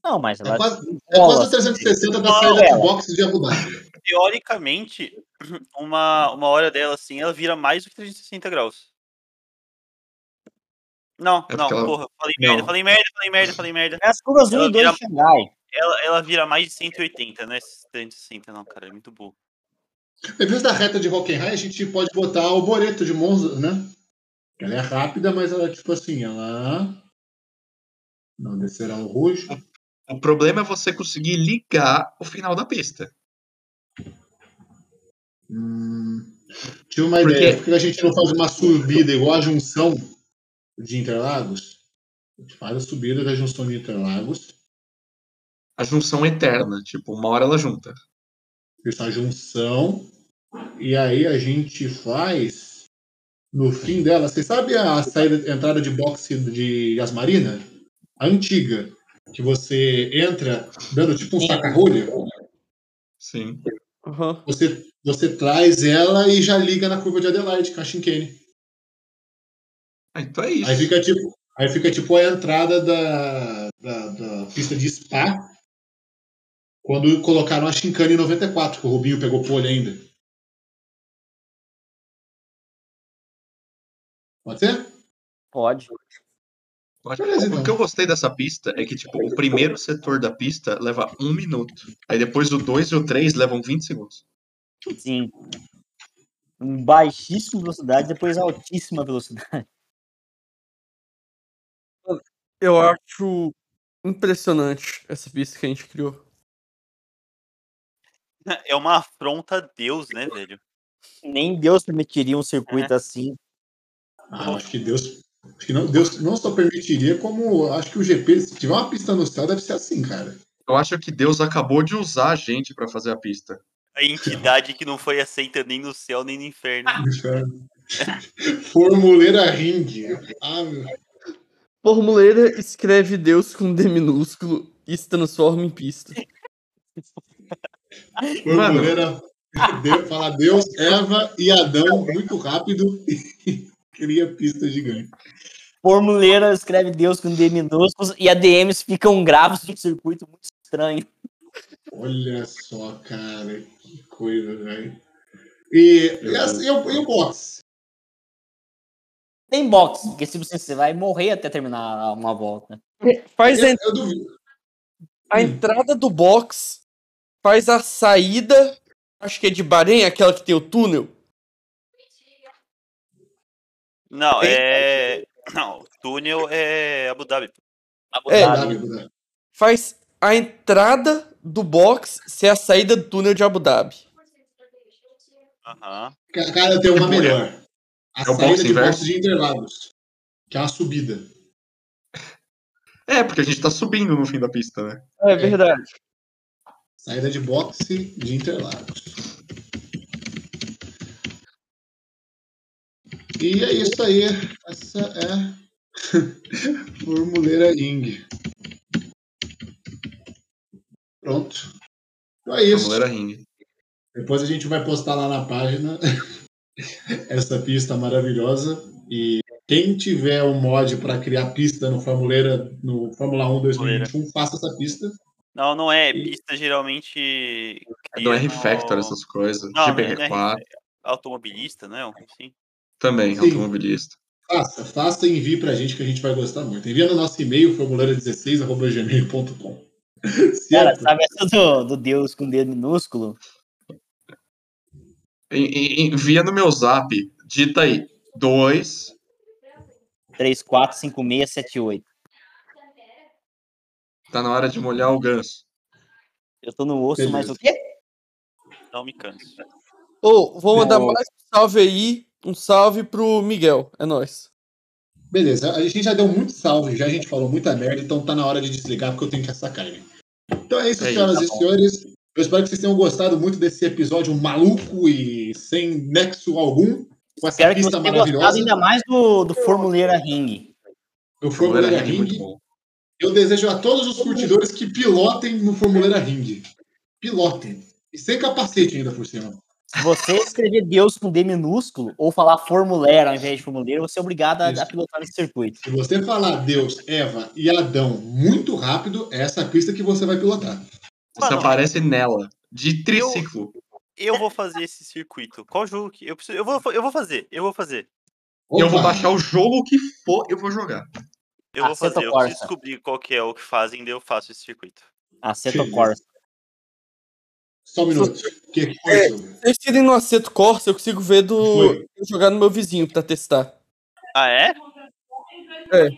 [SPEAKER 4] Não, mas ela.
[SPEAKER 6] É quase, é
[SPEAKER 4] Bola.
[SPEAKER 6] quase o 360 da
[SPEAKER 2] Bola.
[SPEAKER 6] saída do boxe de Abu Dhabi.
[SPEAKER 2] Teoricamente, uma, uma hora dela assim, ela vira mais do que 360 graus. Não,
[SPEAKER 3] É
[SPEAKER 2] não,
[SPEAKER 3] porque ela-
[SPEAKER 2] porra, falei
[SPEAKER 3] Não.
[SPEAKER 2] merda, falei merda, falei merda, falei merda.
[SPEAKER 4] É as curvas 1
[SPEAKER 2] Ela
[SPEAKER 4] e 2
[SPEAKER 2] vira-
[SPEAKER 4] de Xangai.
[SPEAKER 2] Ela, ela vira mais de 180, né? 360 não, cara, é muito burro.
[SPEAKER 6] Em vez da reta de Hockenheim, a gente pode botar o Boreto de Monza, né? Ela é rápida, mas ela, tipo assim, ela. Não descerá o Ruge.
[SPEAKER 3] O problema é você conseguir ligar o final da pista.
[SPEAKER 6] Hum, tive uma
[SPEAKER 3] Por
[SPEAKER 6] ideia.
[SPEAKER 3] quê?
[SPEAKER 6] Por que a gente não faz uma subida igual a junção de Interlagos? A gente faz a subida da junção de Interlagos.
[SPEAKER 3] a junção eterna. Tipo, uma hora ela junta.
[SPEAKER 6] isso, a junção. E aí a gente faz no fim dela. Você sabe a saída, a entrada de boxe de Yasmarina? A antiga. Que você entra dando tipo um saca-rolha.
[SPEAKER 3] Sim.
[SPEAKER 5] Aham.
[SPEAKER 6] Você, você traz ela e já liga na curva de Adelaide, com a Shinkane.
[SPEAKER 3] Ah, então é isso.
[SPEAKER 6] Aí fica tipo, aí fica tipo a entrada da, da, da pista de Spa quando colocaram a Shinkane em 94, que o Rubinho pegou pole ainda. Pode ser?
[SPEAKER 4] Pode.
[SPEAKER 3] Eu acho-
[SPEAKER 6] Beleza,
[SPEAKER 3] O que
[SPEAKER 6] então.
[SPEAKER 3] eu gostei dessa pista é que, tipo, o primeiro setor da pista leva um minuto. Aí depois o 2 e o 3 levam 20 segundos.
[SPEAKER 4] Sim. Em baixíssima velocidade, depois altíssima velocidade.
[SPEAKER 5] Eu acho impressionante essa pista que a gente criou.
[SPEAKER 2] É uma afronta a Deus, né, velho?
[SPEAKER 4] Nem Deus permitiria um circuito assim.
[SPEAKER 6] Ah, acho que Deus. Acho que não, Deus não só permitiria, como acho que o GP, se tiver uma pista no céu, deve ser assim, cara.
[SPEAKER 3] Eu acho que Deus acabou de usar a gente pra fazer a pista.
[SPEAKER 2] A entidade que não foi aceita nem no céu nem no inferno.
[SPEAKER 6] Inferno. Formuleira ringue. Ah, meu.
[SPEAKER 5] Formuleira escreve Deus com D minúsculo e se transforma em pista.
[SPEAKER 6] Formuleira. Deu, fala Deus, Eva e Adão muito rápido e cria pista gigante.
[SPEAKER 4] Formuleira escreve Deus com D minúsculos e ADMs ficam graves no circuito muito estranho.
[SPEAKER 6] Olha só, cara, que coisa, velho. E, e, assim, e o e o box?
[SPEAKER 4] Tem box, porque se você, você vai morrer até terminar uma volta.
[SPEAKER 5] Faz
[SPEAKER 6] Eu,
[SPEAKER 5] a,
[SPEAKER 6] eu duvido.
[SPEAKER 5] a entrada do box, faz a saída, acho que é de Bahrein, aquela que tem o túnel.
[SPEAKER 2] Não,
[SPEAKER 4] né?
[SPEAKER 2] é. Não, túnel é Abu Dhabi.
[SPEAKER 4] Abu
[SPEAKER 5] É.
[SPEAKER 4] Dhabi.
[SPEAKER 6] Dá, dá, dá.
[SPEAKER 5] Faz a entrada do box ser a saída do túnel de Abu Dhabi.
[SPEAKER 2] Aham.
[SPEAKER 6] Ca- Cara, eu tenho uma
[SPEAKER 3] Tipo,
[SPEAKER 6] melhor. A
[SPEAKER 3] é o
[SPEAKER 6] saída
[SPEAKER 3] boxe
[SPEAKER 6] de
[SPEAKER 3] inverso?
[SPEAKER 6] boxe de Interlagos. Que é uma subida.
[SPEAKER 3] É, porque a gente tá subindo no fim da pista, né?
[SPEAKER 5] É verdade.
[SPEAKER 6] Saída de boxe de Interlagos. E é isso aí. Essa é Formuleira Ing. Pronto. Então é isso.
[SPEAKER 3] Formuleira ringue.
[SPEAKER 6] Depois a gente vai postar lá na página essa pista maravilhosa. E quem tiver um mod para criar pista no Formuleira, no Fórmula 1 2021, faça essa pista.
[SPEAKER 2] Não, não é. Pista geralmente.
[SPEAKER 3] É do
[SPEAKER 2] cria
[SPEAKER 3] R-Factor,
[SPEAKER 2] no-
[SPEAKER 3] essas coisas.
[SPEAKER 2] Não, não é
[SPEAKER 3] GBR4
[SPEAKER 2] Automobilista, né? Algo assim.
[SPEAKER 3] também,
[SPEAKER 6] Sim.
[SPEAKER 3] automobilista.
[SPEAKER 6] Faça, faça e envie pra gente que a gente vai gostar muito. Envia no nosso e-mail, formuleira16.gmail.com.
[SPEAKER 4] Cara,
[SPEAKER 6] Certo?
[SPEAKER 4] sabe essa do, do Deus com D minúsculo?
[SPEAKER 3] E- e- Envia no meu zap, dita aí, 2,
[SPEAKER 4] 345678.
[SPEAKER 3] tá na hora de molhar o ganso.
[SPEAKER 4] Eu tô no osso, mas
[SPEAKER 6] Beleza.
[SPEAKER 4] o é quê?
[SPEAKER 2] Não me canso.
[SPEAKER 5] Ô, vou mandar mais um salve aí. Um salve pro Miguel. É nóis.
[SPEAKER 6] Beleza, a gente já deu muito salve, já a gente falou muita merda, então tá na hora de desligar porque eu tenho que assar carne. Então é isso,
[SPEAKER 3] É isso,
[SPEAKER 6] senhoras
[SPEAKER 4] tá
[SPEAKER 6] e
[SPEAKER 4] bom.
[SPEAKER 6] senhores. Eu espero que vocês tenham gostado muito desse episódio maluco e sem nexo algum, com essa
[SPEAKER 4] Espero é que você
[SPEAKER 6] pista
[SPEAKER 4] tenha gostado
[SPEAKER 6] maravilhosa
[SPEAKER 4] ainda mais do, do Formuleira Ring.
[SPEAKER 6] do Formuleira
[SPEAKER 3] Formuleira é ringue, muito
[SPEAKER 6] Ring.
[SPEAKER 3] bom.
[SPEAKER 6] Eu desejo a todos os curtidores que pilotem no Formuleira Ring. Pilotem. E sem capacete ainda por cima.
[SPEAKER 4] Se você escrever Deus com D minúsculo ou falar Formulera ao invés de Formuleira, você é obrigado a, a
[SPEAKER 6] Isso.
[SPEAKER 4] pilotar nesse circuito.
[SPEAKER 6] Se você falar Deus, Eva e Adão muito rápido, é essa pista que você vai pilotar.
[SPEAKER 3] Você
[SPEAKER 2] Mano,
[SPEAKER 3] aparece nela, de triciclo.
[SPEAKER 2] Eu vou fazer esse circuito. Qual jogo que. Eu, preciso... eu, vou... eu vou fazer, eu vou fazer.
[SPEAKER 3] Eu vou
[SPEAKER 6] Opa!
[SPEAKER 3] baixar o jogo que for, eu vou jogar.
[SPEAKER 2] Eu vou
[SPEAKER 4] Aceto
[SPEAKER 2] fazer. Eu preciso
[SPEAKER 4] Corsa.
[SPEAKER 2] descobrir qual que é o que fazem, daí eu faço esse circuito.
[SPEAKER 4] Aceto
[SPEAKER 6] Beleza.
[SPEAKER 4] Corsa.
[SPEAKER 6] Só um minuto. Que que
[SPEAKER 3] É,
[SPEAKER 6] foi, Silvio?
[SPEAKER 5] Se eles tirem no acerto Corsa, eu consigo ver do.
[SPEAKER 6] Foi.
[SPEAKER 5] eu jogar no meu vizinho pra testar.
[SPEAKER 2] Ah, é?
[SPEAKER 5] É.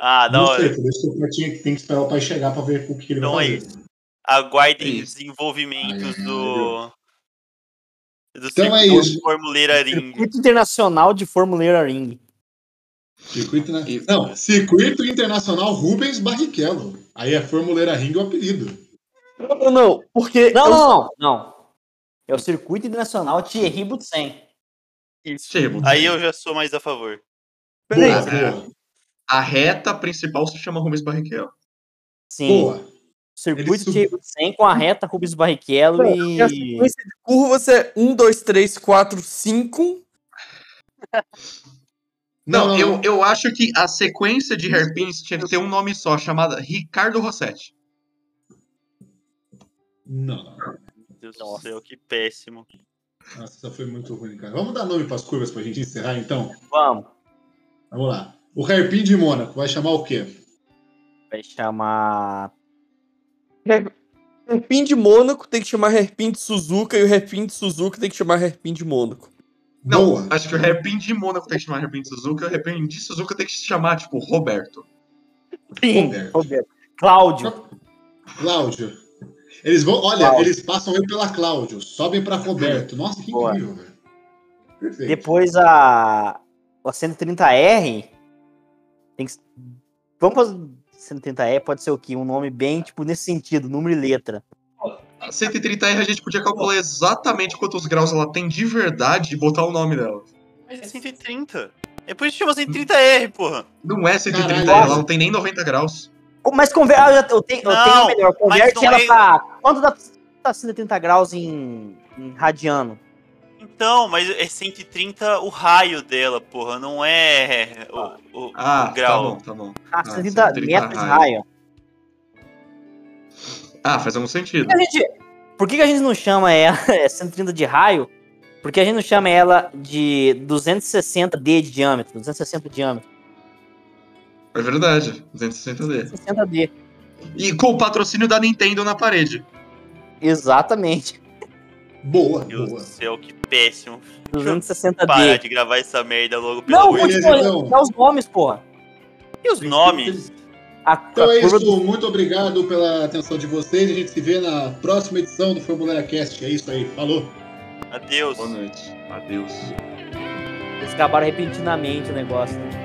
[SPEAKER 2] Ah, da
[SPEAKER 6] Não
[SPEAKER 2] hora.
[SPEAKER 6] sei, por isso que eu tinha- tem que esperar o pai chegar pra ver o que, que ele
[SPEAKER 2] Então
[SPEAKER 6] vai
[SPEAKER 2] é
[SPEAKER 6] fazer.
[SPEAKER 2] Aguardem
[SPEAKER 3] É
[SPEAKER 2] os desenvolvimentos
[SPEAKER 6] Ai,
[SPEAKER 2] do. Do
[SPEAKER 6] Então é
[SPEAKER 2] circuito
[SPEAKER 6] isso.
[SPEAKER 2] Formuleira Ring.
[SPEAKER 4] Circuito Internacional de Formuleira Ring.
[SPEAKER 6] Circuito, na...
[SPEAKER 3] Isso.
[SPEAKER 6] Não, Circuito Internacional Rubens Barrichello. Aí é Formuleira Ring o apelido.
[SPEAKER 5] Não, não, não. Porque.
[SPEAKER 4] Não,
[SPEAKER 5] eu-
[SPEAKER 4] não, não, não. É o Circuito Internacional Thierry Butsen.
[SPEAKER 3] Chego.
[SPEAKER 2] Aí eu já sou mais a favor.
[SPEAKER 5] Peraí.
[SPEAKER 6] Boa, boa,
[SPEAKER 3] A reta principal se chama Rubens Barrichello.
[SPEAKER 4] Sim.
[SPEAKER 6] boa.
[SPEAKER 4] Circuito de
[SPEAKER 6] subiu.
[SPEAKER 4] 100 com a reta Rubens Barrichello
[SPEAKER 5] E a
[SPEAKER 4] e.
[SPEAKER 5] sequência de curvas é 1, 2, 3, 4, 5.
[SPEAKER 3] Não,
[SPEAKER 6] Não, não,
[SPEAKER 3] eu,
[SPEAKER 6] não.
[SPEAKER 3] eu acho que a sequência de hairpins tinha que ter um nome só, chamada Ricardo Rossetti.
[SPEAKER 6] Não.
[SPEAKER 2] Meu Deus
[SPEAKER 4] Nossa.
[SPEAKER 2] do céu, que péssimo.
[SPEAKER 6] Nossa, essa foi muito ruim, cara. Vamos dar nome pras curvas pra gente encerrar, então?
[SPEAKER 4] Vamos.
[SPEAKER 6] Vamos lá. O hairpin de Mônaco vai chamar o quê?
[SPEAKER 4] Vai chamar.
[SPEAKER 5] Hairpin Um de Mônaco tem que chamar Hairpin de Suzuka e o Hairpin de Suzuka tem que chamar Hairpin de Mônaco.
[SPEAKER 3] Não,
[SPEAKER 6] Boa.
[SPEAKER 3] acho que o hairpin de Mônaco tem que chamar hairpin de Suzuka, o hairpin de Suzuka tem que se chamar, tipo, Roberto.
[SPEAKER 6] Roberto.
[SPEAKER 4] Roberto. Cláudio.
[SPEAKER 6] Cláudio. Eles vão, olha,
[SPEAKER 4] Cláudio. É.
[SPEAKER 6] eles passam aí pela Cláudio, sobem pra Roberto. Nossa, que
[SPEAKER 4] Boa.
[SPEAKER 6] incrível, velho. Perfeito.
[SPEAKER 4] Depois a, a 130R tem que. Vamos fazer. 130R pode ser o quê? Um nome bem, tipo, nesse sentido, número e letra.
[SPEAKER 3] A 130R a gente podia calcular exatamente quantos graus ela tem de verdade e botar o nome dela.
[SPEAKER 2] Mas é 130. É por isso que chama 130R, porra.
[SPEAKER 3] Não é 130R,
[SPEAKER 6] Caralho.
[SPEAKER 3] ela não tem nem 90 graus.
[SPEAKER 4] Co- Mas converte. Ah, eu, já- eu tenho, eu tenho
[SPEAKER 2] Não,
[SPEAKER 4] melhor. Converte
[SPEAKER 2] não
[SPEAKER 4] ela
[SPEAKER 2] é-
[SPEAKER 4] pra. tá Quanto dá, dá 130 graus em, em radiano?
[SPEAKER 2] Então, mas é 130 o raio dela, porra. Não é o, o-
[SPEAKER 3] Ah,
[SPEAKER 2] o grau.
[SPEAKER 3] tá bom, tá bom.
[SPEAKER 4] Ah,
[SPEAKER 3] Ah,
[SPEAKER 4] 130
[SPEAKER 3] 130
[SPEAKER 4] metros de
[SPEAKER 3] raio.
[SPEAKER 4] raio.
[SPEAKER 3] Ah, faz algum sentido.
[SPEAKER 4] Por que, a gente, por que que a gente não chama ela é 130 de raio? Porque a gente não chama ela de 260D de diâmetro, 260 de diâmetro,
[SPEAKER 3] É verdade, 260D.
[SPEAKER 4] 260D.
[SPEAKER 3] E com o patrocínio da Nintendo na parede.
[SPEAKER 4] Exatamente.
[SPEAKER 6] Boa,
[SPEAKER 2] Meu Deus
[SPEAKER 6] boa.
[SPEAKER 2] do céu, que péssimo. Parar
[SPEAKER 4] 260D.
[SPEAKER 2] de gravar essa merda logo, pelo
[SPEAKER 4] Não,
[SPEAKER 2] amor de
[SPEAKER 6] Beleza,
[SPEAKER 4] continua.
[SPEAKER 2] Deus.
[SPEAKER 6] então.
[SPEAKER 4] Dá os nomes, porra.
[SPEAKER 2] E os nomes?
[SPEAKER 4] A,
[SPEAKER 6] Então
[SPEAKER 4] a
[SPEAKER 6] é
[SPEAKER 4] curva do-
[SPEAKER 6] isso, muito obrigado pela atenção de vocês. A gente se vê na próxima edição do Formuleira Cast. É isso aí, falou.
[SPEAKER 2] Adeus.
[SPEAKER 3] noite. Adeus.
[SPEAKER 4] Eles acabaram repentinamente o negócio. né?